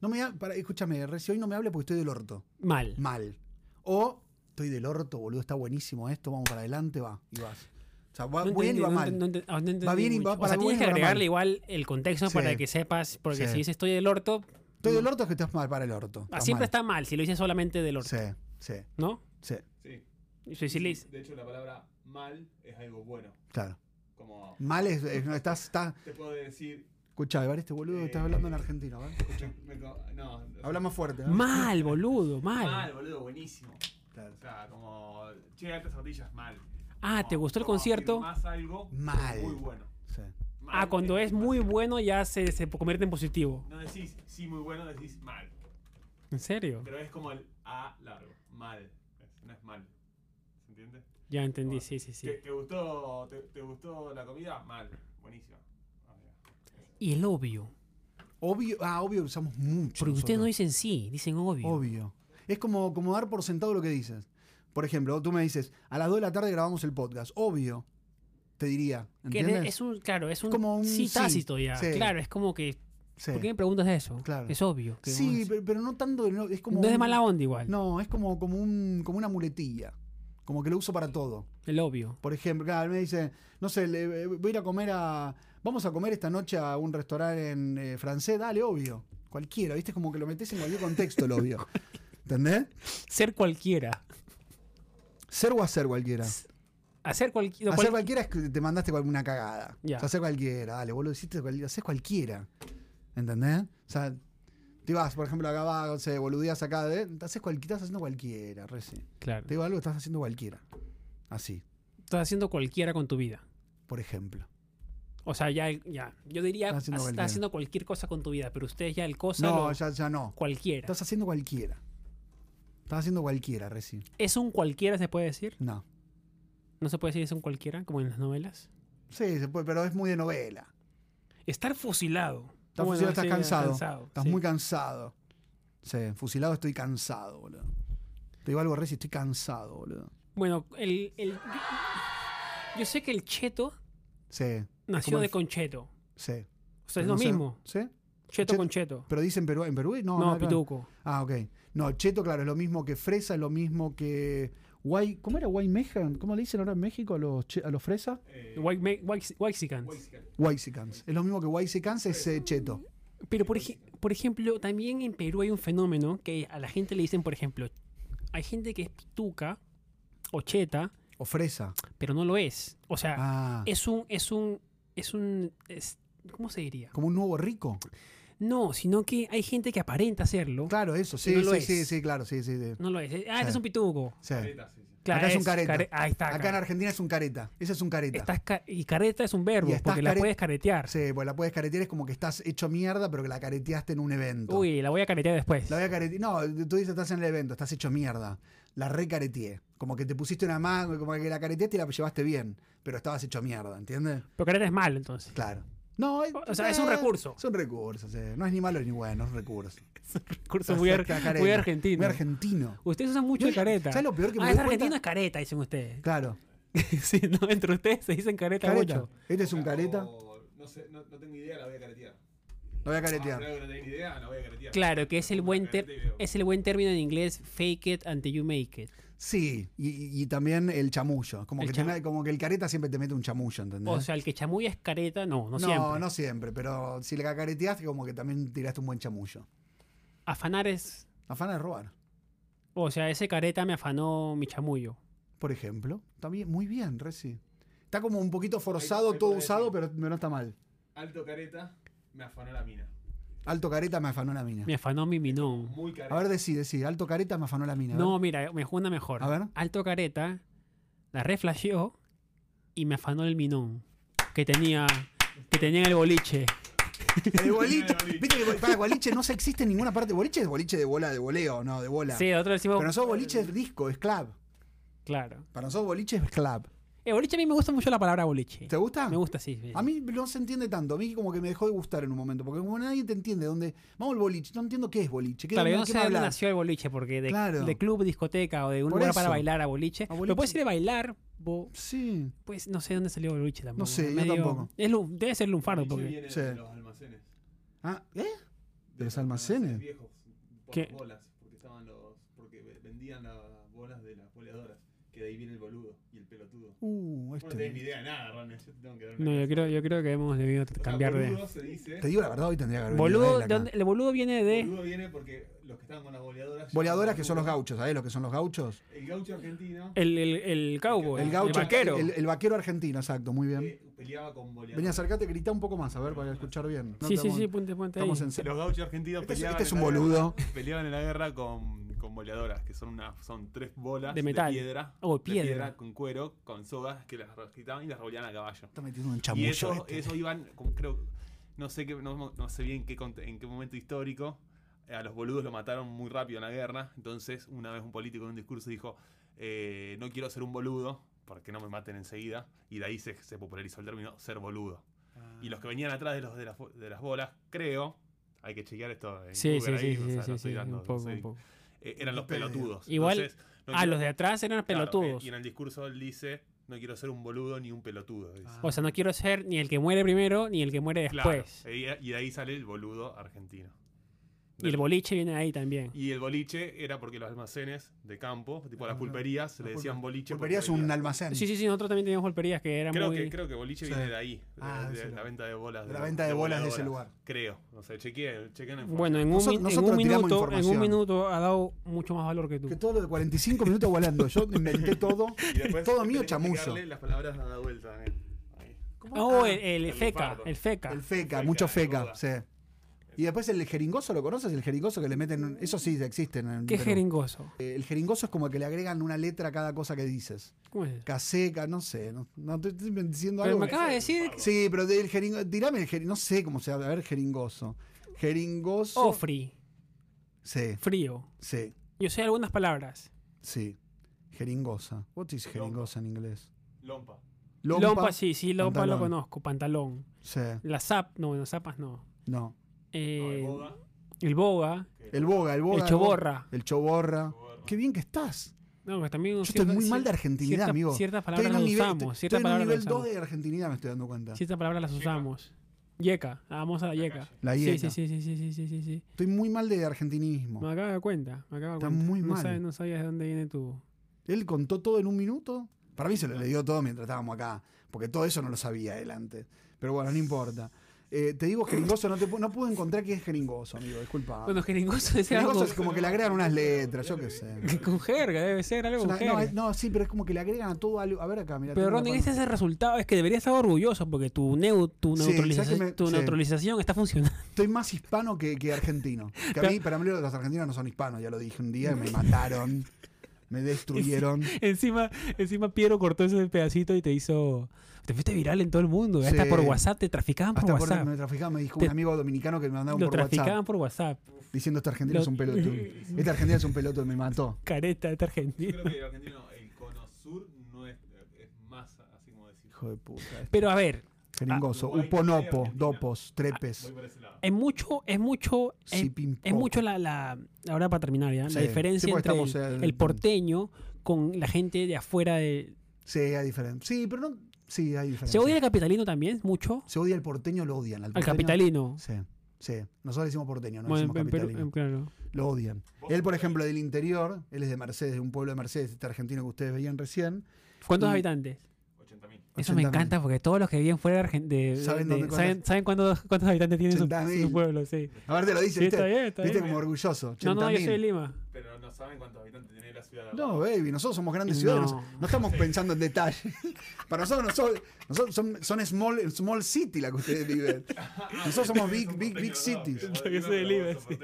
S2: No me ha- para, escúchame, Reci, hoy no me hable porque estoy del orto.
S1: Mal.
S2: Mal. O estoy del orto, boludo, está buenísimo esto, vamos para adelante, va. Y vas. O sea, va
S1: No
S2: bien y
S1: entendí,
S2: va
S1: no
S2: mal.
S1: enten- no enten- ah, no entendí
S2: Va bien y va
S1: mucho.
S2: para
S1: O sea,
S2: bueno
S1: tienes
S2: y
S1: que
S2: para mal.
S1: agregarle igual el contexto
S2: Sí.
S1: para que sepas, porque
S2: Sí.
S1: si dices estoy del orto,
S2: Estoy del orto es que estás mal para el orto.
S1: ah,
S2: estás
S1: siempre
S2: mal.
S1: está mal si lo dices solamente del orto,
S2: Sí, sí,
S1: ¿no?
S2: sí,
S3: Sí.
S1: Y Si, si le dices-
S3: De hecho, la palabra mal es algo bueno.
S2: claro.
S3: Como
S2: Mal es, es- no, estás, estás.
S3: te puedo decir.
S2: Escucha, ver este boludo que está hablando en argentino, a ver.
S3: me- me co- no, o sea,
S2: Habla más fuerte, ¿eh?
S1: mal, boludo, mal.
S3: mal, boludo, buenísimo.
S2: Claro.
S3: O sea, como. Che, altas zapatillas, mal.
S1: Ah, ¿te
S3: Como-
S1: gustó el
S3: como
S1: concierto?
S3: afirmás algo
S2: Mal.
S3: Muy bueno.
S2: Sí.
S1: Ah,
S3: Mal
S1: cuando es muy bueno ya se, se convierte en positivo.
S3: No decís sí muy bueno, decís mal.
S1: ¿En serio?
S3: Pero es como el A largo. Mal. Es- No es mal. ¿Se entiende?
S1: Ya entendí, sí, sí, sí.
S3: ¿Te, te gustó, te, te gustó la comida? Mal. Buenísima. Ah, mira.
S1: Y el obvio.
S2: Obvio, ah, obvio usamos mucho.
S1: Porque ustedes no
S2: nosotros.
S1: dicen sí, dicen obvio.
S2: Obvio. Es como, como dar por sentado lo que dices. Por ejemplo, tú me dices, a las 2 de la tarde grabamos el podcast. Obvio. Te diría.
S1: Que de-
S2: ¿Entiendes?
S1: es un, claro, es un,
S2: Como un
S1: sí
S2: sí,
S1: tácito ya.
S2: sí.
S1: Claro, es como que
S2: Sí.
S1: ¿Por qué me preguntas eso?
S2: Claro.
S1: Es obvio. que
S2: Sí,
S1: vos-
S2: pero, pero no tanto. no, es como
S1: no es de
S2: un-
S1: mala onda igual.
S2: No, es como, como, un, como una muletilla. Como que lo uso para todo.
S1: El obvio.
S2: Por ejemplo, claro, me dice, no sé, le- eh, voy a ir a comer a. Vamos a comer esta noche a un restaurante en, eh, francés, dale, obvio. Cualquiera, ¿viste? Es como que lo metes en cualquier contexto, el obvio. ¿Entendés?
S1: Ser cualquiera.
S2: Ser o hacer cualquiera.
S1: Hacer cualquiera.
S2: hacer cualquiera es que te mandaste cual- una cagada.
S1: Ya.
S2: O sea, hacer cualquiera, dale, vos lo hiciste cualquiera, haces cualquiera. ¿Entendés? O sea, te vas, por ejemplo, acá vas, no sé, boludías acá de. Haces cualquiera, estás haciendo cualquiera, recién.
S1: Claro.
S2: Te digo algo, estás haciendo cualquiera. Así,
S1: Estás haciendo cualquiera con tu vida.
S2: por ejemplo.
S1: O sea, ya, ya. Yo diría,
S2: Estás
S1: estás
S2: haciendo
S1: haciendo,
S2: cualquiera.
S1: cualquier cosa con tu vida, pero ustedes ya el cosa
S2: No,
S1: lo-
S2: ya, ya no.
S1: cualquiera.
S2: Estás haciendo cualquiera. Estás haciendo cualquiera recién.
S1: ¿Es un cualquiera se puede decir?
S2: No.
S1: ¿No se puede decir es un cualquiera, como en las novelas?
S2: Sí, se puede, pero es muy de novela.
S1: Estar fusilado.
S2: Estás fusilado, estás
S1: sí,
S2: cansado. Estás
S1: sí.
S2: muy cansado. Sí, fusilado estoy cansado, boludo. Te digo algo recién, estoy cansado, boludo.
S1: Bueno, el, el- yo, yo sé que el cheto
S2: Sí,
S1: nació
S2: como el-
S1: de concheto.
S2: sí.
S1: O sea, es
S2: No
S1: lo
S2: sé,
S1: mismo.
S2: ¿Sí?
S1: Cheto,
S2: Cheto-
S1: con cheto.
S2: Pero dicen Perú, en Perú, no.
S1: No,
S2: nada que ver.
S1: pituco.
S2: Ah, ok. No, cheto, claro, es lo mismo que fresa, es lo mismo que. Guay, ¿Cómo era Guay Mejan? ¿Cómo le dicen ahora en México a los, che- a los fresa?
S3: Eh,
S1: White me- white- whitexicans.
S3: Waxican.
S2: Guaysicans. Es lo mismo que Guaysicans, es eh, cheto.
S1: Pero, por, ej- por ejemplo, también en Perú hay un fenómeno que a la gente le dicen, por ejemplo, hay gente que es pituca o cheta,
S2: O fresa.
S1: pero no lo es. O sea,
S2: Ah.
S1: es un. Es un. Es un. es- ¿Cómo se diría?
S2: Como un nuevo rico.
S1: No, sino que hay gente que aparenta serlo.
S2: Claro, eso, sí,
S1: no lo
S2: sí,
S1: es.
S2: sí, sí, claro, sí, sí. sí.
S1: No lo es. Eh, Ah,
S2: Sí.
S1: este es un pituco.
S2: Sí.
S3: Careta, sí, sí.
S1: Claro,
S2: Acá es un careta.
S1: ahí está.
S2: Acá en Argentina es un careta. Ese es un careta.
S1: Estás ca- y careta es un verbo,
S2: Y estás
S1: porque la
S2: care-
S1: puedes caretear.
S2: Sí, pues la puedes caretear, es como que estás hecho mierda, pero que la careteaste en un evento.
S1: Uy, la voy a caretear después.
S2: La voy a carete- No, tú dices estás en el evento, estás hecho mierda. La recareteé. Como que te pusiste una mano, como que la careteaste y la llevaste bien, pero estabas hecho mierda, ¿entiendes?
S1: Pero careta es malo, entonces.
S2: Claro. No, es,
S1: O sea, es un recurso.
S2: Es un recurso, sí. No es ni malo ni bueno, es un recurso.
S1: Curso muy, ar-
S2: Está careta.
S1: muy argentino.
S2: Muy argentino.
S1: Ustedes usan mucho
S2: No,
S1: careta.
S2: ¿sabes lo peor que me
S1: ah,
S2: doy
S1: es
S2: cuenta?
S1: argentino es careta, dicen ustedes.
S2: Claro.
S1: sí, no, entre ustedes se dicen careta,
S2: Careta.
S1: mucho.
S2: Este es un careta.
S3: O- No sé, no, no tengo idea, la voy a caretear.
S2: Lo voy a
S3: Ah,
S2: caretear.
S3: creo que no tengo idea, la voy a caretear.
S1: Claro, que es el buen ter-
S3: Carete y veo.
S1: es el buen término en inglés fake it until you make it.
S2: Sí, y- y, y también el chamullo. Como,
S1: El
S2: que
S1: cham-
S2: te- como que el careta siempre te mete un chamullo, ¿entendés?
S1: O sea, el que chamuya es careta, no, no,
S2: no,
S1: siempre.
S2: no siempre, pero si le cacareteaste, como que también tiraste un buen chamullo.
S1: Afanar es,
S2: Afana de robar,
S1: o sea, ese careta me afanó mi chamullo.
S2: por ejemplo. Está bien, muy bien, Reci. Está como un poquito forzado,
S3: ahí
S2: todo
S3: podés
S2: usado,
S3: decir.
S2: pero pero no está mal.
S3: Alto careta, me afanó la mina.
S2: Alto careta me afanó la mina.
S1: Me afanó mi minón.
S3: Muy
S2: A
S3: careta.
S2: ver, decí, decí. Alto careta me afanó la mina. a ver.
S1: No, mira, me una mejor.
S2: A ver.
S1: Alto careta, la reflasheó y me afanó el minón que tenía que tenía en el boliche.
S2: El boliche.
S3: El boliche.
S2: Viste que para boliche no se existe en ninguna parte. Boliche es boliche de bola, de voleo, no, de bola.
S1: Sí, otro decimos,
S2: Para nosotros boliche es disco, es club.
S1: claro.
S2: Para nosotros boliche es club.
S1: El boliche a mí me gusta mucho la palabra boliche.
S2: ¿Te gusta?
S1: Me gusta, sí. sí.
S2: A mí no se entiende tanto. A mí como que me dejó de gustar en un momento. Porque como nadie te entiende dónde... Vamos al boliche. No entiendo qué es boliche. ¿Qué,
S1: Claro, yo no
S2: qué
S1: sé
S2: me
S1: dónde
S2: hablas?
S1: nació el boliche, porque de,
S2: Claro.
S1: de club, discoteca o de un
S2: Por
S1: lugar
S2: eso.
S1: para bailar a boliche.
S2: A
S1: Pero
S2: boliche.
S1: puedes ir a bailar, bo-
S2: Sí.
S1: pues no sé dónde salió el boliche tampoco.
S2: No sé, yo
S1: Medio-
S2: tampoco.
S1: es lu- debe ser lunfardo,
S3: Boliche
S1: porque
S3: viene
S2: Sí.
S3: de los almacenes.
S2: Ah, ¿eh?
S3: De
S2: los almacenes?
S3: viejos, por
S1: ¿Qué?
S3: las bolas, porque estaban los. Porque ve- vendían las bolas de las boleadoras. Que de ahí viene el boludo y el pelotudo.
S2: Uh,
S3: No tenés ni
S2: este.
S3: idea de nada, realmente. Yo te tengo que dar una
S1: no, yo
S3: clase.
S1: creo, yo creo que hemos debido
S3: O sea,
S1: cambiar de.
S3: boludo se dice.
S2: Te digo la verdad, hoy tendría que haber venido
S1: Boludo,
S2: él
S1: ¿de
S2: acá.
S1: dónde- el boludo viene de.
S3: Boludo viene porque los que estaban con las boleadoras.
S2: Boleadoras que son los
S3: llamaban
S2: gauchos, ¿sabés lo que son los gauchos?
S3: boludo. El gaucho argentino
S1: El, el, el cowboy.
S3: El
S1: El
S3: gaucho,
S1: vaquero.
S2: El, el vaquero argentino, exacto, muy bien.
S3: que peleaba con boleadoras.
S2: Vení, acercate, grita un poco más, a ver, para escuchar bien. No
S1: sí, sí,
S2: estamos-
S1: sí, ponte, ponte ahí.
S2: Estamos en...
S3: Los gauchos argentinos
S2: Este es-
S3: peleaban.
S2: este es
S3: en
S2: un
S3: la
S2: boludo.
S3: guerra- peleaban en la guerra con, con boleadoras, que son, una, son tres bolas
S1: De metal.
S3: piedra.
S1: Oh,
S3: de
S1: piedra.
S3: con cuero, con sogas, que las rasquitaban y las roleaban a caballo.
S2: Está metiendo un
S3: y
S2: chamullo.
S3: eso,
S2: este.
S3: eso iban, como creo, no sé, qué, no, no sé bien qué, conte- en qué momento histórico, eh, a los boludos lo mataron muy rápido en la guerra. Entonces, una vez un político en un discurso dijo, eh, no quiero ser un boludo, porque no me maten enseguida. Y de ahí se, se popularizó el término ser boludo. Y
S2: Ah.
S3: los que venían atrás de, los, de, las, bo- de las bolas, creo, hay que chequear esto. en
S1: Sí, sí,
S3: Google ahí,
S1: sí,
S3: o
S1: sí,
S3: sea,
S1: sí,
S3: no estoy
S1: sí,
S3: dando-
S1: un
S3: no
S1: poco,
S3: soy-
S1: un poco.
S3: eh, eran los
S2: Wikipedia.
S3: pelotudos.
S1: Igual,
S3: Entonces, no
S1: Ah,
S3: quiero-
S1: los de atrás eran
S3: Claro, eh,
S1: pelotudos.
S3: y en el discurso él dice, no quiero ser un boludo ni un pelotudo. dice.
S2: Ah.
S1: O sea, no quiero ser ni el que muere primero ni el que muere
S3: Claro, eh,
S1: después.
S3: y de- y de ahí sale el boludo argentino.
S1: Y el boliche viene ahí también.
S3: Y el boliche era porque los almacenes de campo, tipo
S2: Ah,
S3: las pulperías,
S2: la
S3: le
S2: pulpe-
S3: decían boliche. porque
S2: Pulpería es un
S3: vendían-
S2: almacén.
S1: Sí, sí, sí, nosotros también teníamos golperías que eran
S3: Creo,
S1: muy...
S3: que, creo que boliche
S2: Sí.
S3: viene de ahí, de,
S2: Ah,
S3: de
S2: sí,
S3: la
S2: no.
S3: venta de bolas.
S2: De la venta de bolas de ese
S3: voladoras.
S2: lugar.
S3: Creo, no sé, chequeen, chequen la
S1: Bueno, en un,
S2: Nosotros-
S1: min- en
S2: nosotros
S1: un
S2: tiramos
S1: minuto, en un
S2: información.
S1: minuto ha dado mucho más valor que tú.
S2: Que todo lo de 45 minutos volando. Yo inventé todo.
S3: información. Y después
S2: todo mío
S3: tenés que
S2: chamuyo.
S3: explicarle Las palabras a la vuelta. eh. Ahí.
S1: Oh,
S2: Ah,
S1: el, el
S3: el
S1: feca,
S3: leopardo.
S1: el E feca.
S2: El E feca,
S3: feca,
S2: mucho
S3: el
S2: feca.
S3: ruda.
S2: Sí. Y después el jeringoso, ¿lo conoces? El jeringoso que le meten. Eso sí existen. En
S1: Qué
S2: Perú.
S1: jeringoso.
S2: Eh, El jeringoso es como que le agregan una letra a cada cosa que dices.
S1: ¿Cómo es?
S2: Caseca, no sé. No, no te estoy diciendo
S1: Pero
S2: algo.
S1: me
S2: que-
S1: acabas de decir...
S2: Sí, pero del jeringo, tirame el jeringoso. No sé cómo se habla. A ver, jeringoso. Jeringoso.
S1: Ofri,
S2: Sí,
S1: frío.
S2: sí,
S1: Yo sé algunas palabras.
S2: sí. Jeringosa. What is jeringosa en inglés?
S3: Lompa.
S1: Lompa, sí, sí, lompa
S2: pantalón.
S1: lo conozco. Pantalón.
S2: Sí,
S1: La zap, no, bueno, zapas no.
S2: no.
S3: No,
S1: Eh,
S3: de boda,
S1: el boga,
S2: El boga, el boga.
S1: el choborra.
S2: El choborra.
S3: boda.
S2: Qué bien que estás.
S1: No, pero también
S2: Yo
S1: cierta-
S2: estoy muy mal de
S1: cier-
S2: argentinidad,
S1: cierta-
S2: amigo.
S1: Ciertas
S2: Estoy
S1: palabras las
S2: nivel,
S1: usamos.
S2: estoy- estoy
S1: Ciertas
S2: en un
S1: palabras las
S2: nivel 2
S1: usamos.
S2: de argentinidad, me estoy dando cuenta.
S1: Ciertas palabras las
S3: Yeca.
S1: usamos. Yeca, ah, vamos a la yeca.
S3: calle.
S2: La
S1: Sí,
S2: IECA.
S1: sí, sí, sí, sí, sí, sí, sí, sí.
S2: Estoy muy mal de argentinismo.
S1: Me acabo de dar cuenta. Me acabo de dar
S2: Está
S1: cuenta.
S2: muy
S1: no
S2: mal.
S1: Sabes, no sabías de dónde viene tu.
S2: Él contó todo en un minuto. Para mí se lo dio todo mientras estábamos acá, porque todo eso no lo sabía él antes. Pero bueno, no importa. Eh, te digo jeringoso, no, te pu- no pude encontrar qué es jeringoso, amigo, disculpa.
S1: Bueno, jeringoso es
S2: jeringoso
S1: algo.
S2: es como que le agregan unas letras, yo qué sé.
S1: Con jerga, debe ser algo
S2: Es
S1: con
S2: una-
S1: jerga.
S2: no, es- no, sí, pero es como que le agregan a todo algo. A ver acá, mira.
S1: Pero Ronen, ese es el resultado. Es que deberías estar orgulloso porque tu, neu, tu,
S2: Sí,
S1: neutraliza-
S2: ¿sabes que me-
S1: tu
S2: sí.
S1: neutralización está funcionando.
S2: Estoy más hispano que, que argentino. Que a mí, para mí los argentinos no son hispanos, ya lo dije un día, me mataron, me destruyeron.
S1: encima, encima Piero cortó ese pedacito y te hizo. Te fuiste viral en todo el mundo. Hasta
S2: Sí.
S1: por WhatsApp, te traficaban por
S2: Hasta por,
S1: WhatsApp.
S2: me traficaban, me dijo
S1: Te-
S2: un amigo dominicano que me mandaba un
S1: Lo
S2: por
S1: traficaban
S2: WhatsApp
S1: por WhatsApp.
S2: diciendo este argentino
S1: Lo-
S2: es un pelotudo. Este argentino es un pelotudo, me mató.
S1: Careta de
S3: Yo
S1: argentino.
S3: creo que el argentino, el cono sur, no es, eh, es más así como decir.
S2: Hijo de puta. este
S1: Pero a ver,
S2: Jeringoso,
S3: Uruguay,
S2: Uponopo,
S3: Argentina.
S2: Dopos, Trepes,
S3: Voy por ese lado.
S1: es mucho, es mucho. Es,
S2: Sipimpo.
S1: es mucho la, la. Ahora para terminar ya.
S2: Sí,
S1: La diferencia
S2: sí, porque
S1: entre el,
S2: estamos en-
S1: el porteño con la gente de afuera de.
S2: Sí, hay diferencia. Sí, pero no. Sí, hay diferencia.
S1: ¿Se odia al capitalino también? ¿Mucho?
S2: Se odia al porteño, lo odian.
S1: Al
S2: porteño-
S1: capitalino.
S2: Sí, sí. Nosotros decimos porteño, no
S1: Bueno,
S2: decimos
S1: en Perú-
S2: capitalino.
S1: en- claro.
S2: Lo odian. Él, por ejemplo, del interior, él es de Mercedes, de un pueblo de Mercedes, este argentino que ustedes veían recién.
S1: ¿Cuántos
S2: Y-
S1: habitantes?
S3: 80.000.
S1: Eso me
S2: 80.000.
S1: encanta porque todos los que viven fuera de Argentina
S2: Saben
S1: saben,
S2: dónde- cuántos-
S1: saben, cuántos, cuántos habitantes tiene su,
S2: 80.000.
S1: su pueblo, sí.
S2: A ver, te lo dice,
S1: Sí,
S2: ¿viste?
S1: está bien, está
S2: ¿Viste
S1: bien.
S2: como orgulloso?
S1: No, no, yo
S2: 80.000.
S1: soy de Lima.
S3: Pero no saben cuántos habitantes tiene la ciudad.
S2: No, baby, nosotros somos grandes ciudadanos. No,
S1: No.
S2: estamos pensando en detalle. Para nosotros, nosotros, nosotros son, son small, small city la que ustedes viven. Nosotros somos big, big, big cities.
S1: Yo soy de Lima, sí.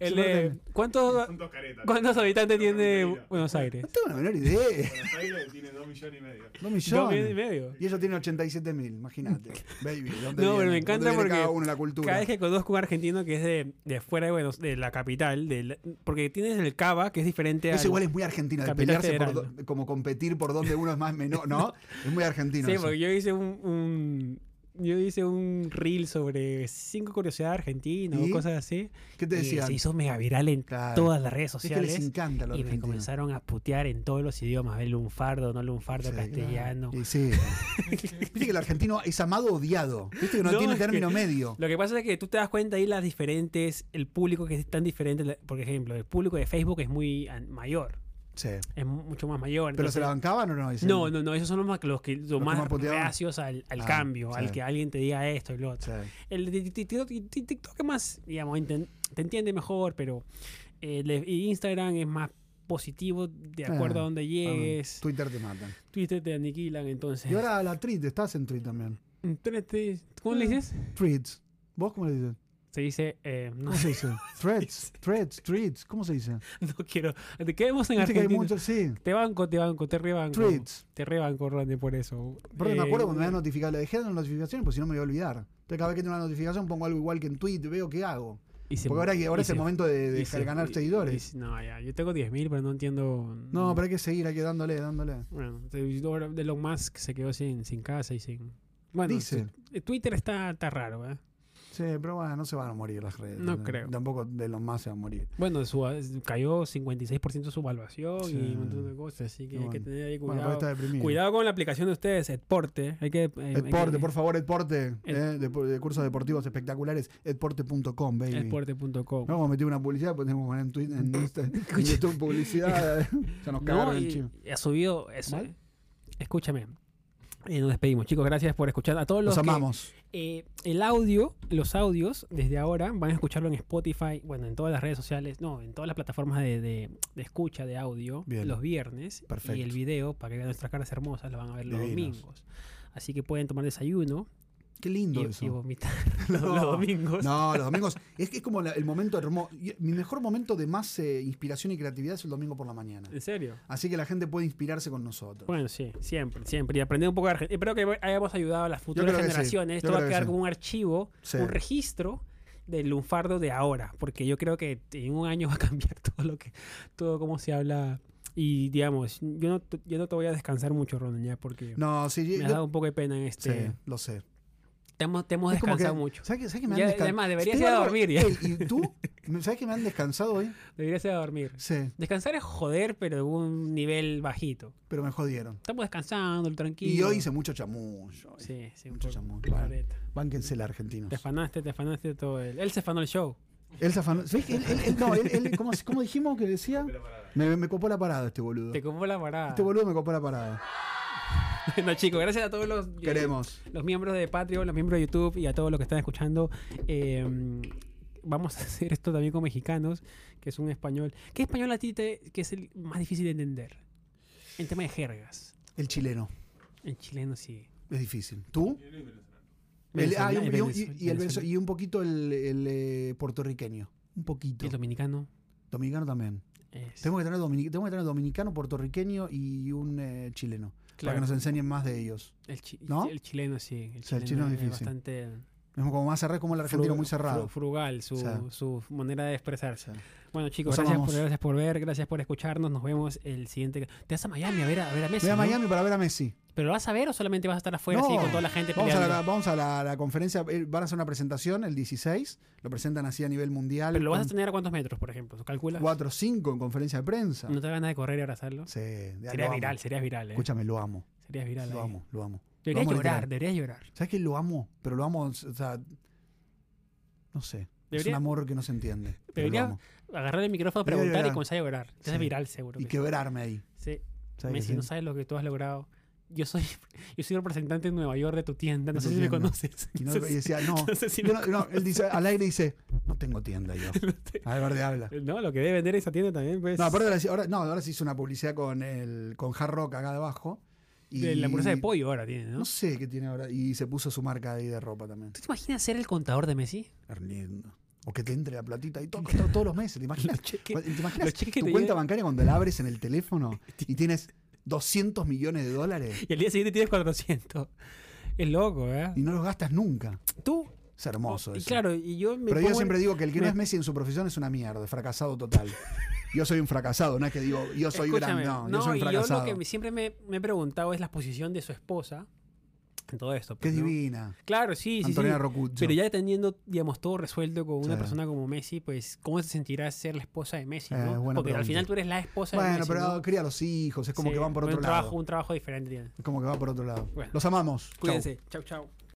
S1: El,
S2: Soy
S1: eh,
S2: de-
S1: ¿cuántos,
S3: Son dos caretas.
S1: ¿Cuántos habitantes
S3: Pero
S1: tiene
S3: mentira.
S1: Buenos Aires?
S2: No tengo la menor idea.
S3: Buenos Aires tiene 2 millones y medio.
S2: Dos
S1: Dos millones y
S2: millones.
S1: medio.
S2: Y ellos tienen 87 mil, imagínate. Baby, ¿de ¿dónde
S1: No, pero
S2: viene?
S1: me
S2: ¿Dónde
S1: encanta
S2: viene
S1: porque
S2: cada uno la cultura.
S1: Cada vez que conozco un argentino que es de, de fuera de Buenos de la capital, de la- porque tienes el cava que es diferente al-
S2: Eso igual es muy argentino, de
S1: Capital
S2: pelearse por
S1: Federal.
S2: do- como competir por donde uno es más menor, ¿no? Es muy argentino.
S1: Sí,
S2: eso.
S1: porque yo hice un, un- yo hice un reel sobre cinco curiosidades argentinas
S2: ¿Y?
S1: o cosas así.
S2: ¿Qué te
S1: y
S2: decían?
S1: se hizo mega viral en
S2: Claro.
S1: todas las redes
S2: es que
S1: sociales.
S2: les encanta lo
S1: Y me
S2: argentino.
S1: comenzaron a putear en todos los idiomas, el lunfardo, no lunfardo,
S2: Sí,
S1: castellano.
S2: claro. Y sí. Viste que el argentino es amado o odiado. Viste que no,
S1: No,
S2: tiene
S1: es que-
S2: término medio.
S1: Lo que pasa es que tú te das cuenta ahí las diferentes, el público que es tan diferente, la- por ejemplo, el público de Facebook es muy an- mayor,
S2: Sí.
S1: es mu- mucho más mayor.
S2: ¿Pero se la
S1: entonces-
S2: bancaban o no? Dicen-
S1: no, no, no, esos son los, más, los que los
S2: que
S1: más
S2: más puteaban.
S1: reacios al, al
S2: Ah,
S1: cambio,
S2: sí.
S1: al que alguien te diga esto y lo
S2: Sí.
S1: otro. El de ti- ti- ti- ti- TikTok es más, digamos, enten- te entiende mejor, pero el de Instagram es más positivo de acuerdo
S2: Ah,
S1: a donde
S2: Ah,
S1: llegues.
S2: Twitter te matan.
S1: Twitter te aniquilan, entonces.
S2: Y ahora la tweet, estás en tweet también.
S1: Espérate, ¿Cómo le dices?
S2: Tweets. ¿Vos cómo le dices?
S1: Se dice, eh, no,
S2: ¿Cómo se dice? Threads, threads, tweets. ¿Cómo se dice?
S1: no quiero. Te quedemos en
S2: Viste que hay
S1: Argentina.
S2: muchos, sí.
S1: Te banco, te banco, te rebanco.
S2: Tweets.
S1: Te rebanco, Ronde, por eso.
S2: Porque me
S1: Eh,
S2: acuerdo cuando me han notificado, le dejé las notificaciones, porque si no me voy a olvidar. Entonces cada vez que tengo una notificación pongo algo igual que en tweet, veo qué hago.
S1: y se-
S2: Porque ahora, que- ahora
S1: y
S2: es el
S1: se-
S2: momento de, de
S1: y se-
S2: ganar
S1: y-
S2: seguidores.
S1: y- no, ya, yo tengo 10.000, pero no entiendo. mm,
S2: No, pero hay que seguir, hay que dándole, dándole.
S1: Bueno, te- ahora Elon Musk se quedó sin, sin casa y sin. Bueno,
S2: Dice.
S1: tu- Twitter está, está raro, ¿eh?
S2: Sí, pero bueno, no se van a morir las redes.
S1: No creo.
S2: Tampoco de los más se van a morir.
S1: Bueno, su- cayó 56% su valuación
S2: Sí.
S1: y un montón de cosas, así que hay que
S2: Bueno.
S1: tener ahí
S2: Bueno,
S1: cuidado.
S2: pero está deprimido.
S1: cuidado con la aplicación de ustedes, Edporte. Hay que, eh, hay
S2: Edporte,
S1: que-
S2: por favor, Edporte. eh, de, de cursos deportivos espectaculares. Edporte.com, baby.
S1: Edporte.com.
S2: No, vamos a meter una publicidad, pues tenemos que poner en Twitter, en Insta, en YouTube publicidad. ya nos
S1: No,
S2: cagaron el
S1: y-
S2: chivo.
S1: y ha subido eso. eh.
S2: ¿Mal?
S1: Escúchame. Eh, nos despedimos, chicos. Gracias por escuchar a todos los.
S2: Los
S1: que-
S2: amamos.
S1: eh, el audio, los audios, desde ahora van a escucharlo en Spotify, bueno, en todas las redes sociales, no, en todas las plataformas de, de- de escucha de audio
S2: Bien.
S1: los viernes. Y el
S2: Perfecto.
S1: video, para que vean nuestras caras hermosas, lo van a ver los
S2: Divinos.
S1: domingos. Así que pueden tomar desayuno
S2: Qué lindo
S1: y, y
S2: eso.
S1: vomitar los, los domingos.
S2: No, los domingos. Es que es como la- el momento hermoso. Mi mejor momento de más eh, inspiración y creatividad es el domingo por la mañana.
S1: ¿En serio?
S2: Así que la gente puede inspirarse con nosotros.
S1: Bueno, sí, siempre, siempre. Y aprender un poco de Argentina. Espero que hayamos ayudado a las futuras
S2: creo que sí.
S1: generaciones.
S2: Yo
S1: Esto va a
S2: creo que
S1: quedar
S2: sí.
S1: como un archivo,
S2: Sí.
S1: un registro del lunfardo de ahora. Porque yo creo que en un año va a cambiar todo lo que, todo cómo se habla. Y digamos, yo no, te- yo no te voy a descansar mucho, Ronan, ya, porque
S2: no, sí, yo-
S1: me has dado un poco de pena en
S2: sí,
S1: este.
S2: lo sé.
S1: Te hemos, te hemos
S2: Es como que-
S1: descansado mucho.
S2: ¿Sabes qué- sabes que me
S1: Ya,
S2: han descan-
S1: además, deberías
S2: Estoy
S1: ir a
S2: bárbaro.
S1: dormir ya.
S2: Ey, ¿Y tú? ¿Sabes que me han descansado hoy?
S1: Deberías ir a dormir.
S2: Sí,
S1: Descansar es joder, pero en un nivel bajito.
S2: pero me jodieron.
S1: Estamos descansando, tranquilo.
S2: Y hoy hice mucho chamullo.
S1: Sí, sí, un
S2: mucho
S1: poco-
S2: chamullo.
S1: una
S2: Vale.
S1: careta.
S2: Bánquense la argentinos.
S1: Te afanaste, te afanaste de todo el. Él se afanó el show.
S2: Él se afanó. ¿Sabés que él- él- él- no, él- él- ¿cómo, cómo dijimos que decía? Me, me copó la parada este boludo.
S1: Te compró la parada.
S2: Este boludo me copó la parada.
S1: bueno, chicos, gracias a todos los, eh,
S2: Queremos.
S1: los miembros de Patreon, los miembros de YouTube y a todos los que están escuchando. Eh, vamos a hacer esto también con mexicanos, que es un español. ¿Qué español a ti te, que es el más difícil de entender? En tema de jergas.
S2: El chileno.
S1: En chileno sí.
S2: Es difícil. ¿Tú? El-
S1: Venezuela-
S2: ah, y, un-
S1: el
S2: y un- y-
S1: venezol-
S2: y el
S1: venezolano.
S2: venezol- y un poquito el, el, eh, puertorriqueño. Un poquito.
S1: El dominicano.
S2: Dominicano también.
S1: es-
S2: Tenemos que tener, domini- tenemos que tener dominicano, puertorriqueño y un eh, chileno. Para
S1: Claro.
S2: que nos enseñen más de ellos.
S1: el, chi-
S2: ¿no?
S1: el chileno sí. El
S2: sea, el chileno es difícil.
S1: bastante.
S2: Es como más cerrado, como el argentino
S1: fru-
S2: muy
S1: fru-
S2: cerrado.
S1: Frugal, su,
S2: O sea.
S1: su manera de expresarse.
S2: Sí.
S1: Bueno, chicos,
S2: Los
S1: gracias por,
S2: amamos.
S1: gracias por ver, gracias por escucharnos. Nos vemos el siguiente. Te vas a Miami a ver a, a ver a Messi.
S2: Voy a
S1: ¿no?
S2: Miami para ver a Messi.
S1: ¿Pero vas a ver o solamente vas a estar afuera
S2: No.
S1: así con toda la gente
S2: Vamos a,
S1: peleando?
S2: la, vamos a la, la conferencia. eh, Van a hacer una presentación el 16. Lo presentan así a nivel mundial.
S1: ¿Pero lo vas a
S2: con
S1: tener a cuántos metros, por ejemplo? ¿Calculas?
S2: 4 o 5 en conferencia de prensa.
S1: ¿No te da ganas de correr y abrazarlo?
S2: Sí, de- lo
S1: Serías
S2: amo.
S1: viral, serías viral, eh.
S2: Escúchame, lo amo.
S1: Serías viral
S2: Lo
S1: ahí.
S2: amo, lo amo.
S1: Deberías
S2: Lo amo
S1: llorar,
S2: literal.
S1: deberías llorar.
S2: ¿Sabes que lo amo? Pero lo amo, o sea. No sé. Es un
S1: Debería-
S2: amor que no se entiende. pero lo
S1: Debería-
S2: amo.
S1: Agarrar el micrófono,
S2: Debería
S1: preguntar y
S2: llorar.
S1: comenzar a llorar. Te haces
S2: Sí.
S1: viral seguro.
S2: Y
S1: que sí.
S2: quebrarme ahí.
S1: Sí.
S2: ¿Sabes
S1: Messi,
S2: que sí?
S1: no sabes lo que tú has logrado. Yo soy, yo soy representante en Nueva York de tu tienda. No
S2: De
S1: sé
S2: tu
S1: si me
S2: tienda.
S1: conoces.
S2: Y, no-
S1: No sé
S2: y
S1: si-
S2: decía, no.
S1: no sé si
S2: Yo
S1: me
S2: no- no, él dice, al aire dice, no tengo tienda yo. A ver, de habla.
S1: No, lo que debe vender esa tienda también, pues.
S2: No, aparte ahora, sí- ahora- no, ahora se hizo una publicidad con el con Hard Rock acá debajo. Y,
S1: de La hamburguesa de pollo ahora tiene, ¿no?
S2: No sé qué tiene ahora. Y se puso su marca ahí de ropa también.
S1: ¿Tú te imaginas ser el contador de Messi?
S2: Lindo. O que te entre la platita ahí todo- todo- todos los meses, ¿te imaginas?
S1: Los cheques-
S2: ¿Te imaginas
S1: los cheques que
S2: Pues, tu
S1: te
S2: cuenta
S1: llegan.
S2: bancaria cuando la abres en el teléfono y tienes 200 millones de dólares
S1: Y al día siguiente tienes 400. Es loco, ¿eh?
S2: y no los gastas nunca?
S1: Tú.
S2: Es hermoso
S1: y
S2: eso.
S1: claro, y yo me
S2: Pero yo
S1: pongo-
S2: siempre digo que el que no
S1: me-
S2: es Messi en su profesión es una mierda, fracasado total. Yo soy un fracasado, no es que digo yo soy
S1: Escúchame,
S2: grande, no,
S1: no,
S2: yo soy
S1: y
S2: un fracasado.
S1: lo que me- siempre me, me he preguntado es la posición de su esposa en todo esto.
S2: Qué
S1: pues, ¿no?
S2: divina.
S1: Claro, sí, sí, sí.
S2: Antonella Rocuzzo.
S1: Pero ya teniendo, digamos, todo resuelto con una
S2: Sí.
S1: persona como Messi, pues, ¿cómo te sentirás ser la esposa de Messi,
S2: Eh,
S1: no?
S2: buena
S1: Porque al
S2: pregunta.
S1: final tú eres la esposa de
S2: Bueno,
S1: Messi,
S2: pero
S1: ¿no?
S2: cría a los hijos, es como
S1: Sí,
S2: que van por
S1: un
S2: otro
S1: trabajo,
S2: lado.
S1: Un trabajo diferente tiene.
S2: Es como que van por otro lado.
S1: Bueno.
S2: Los amamos. Chau.
S1: Cuídense. Chau, chau.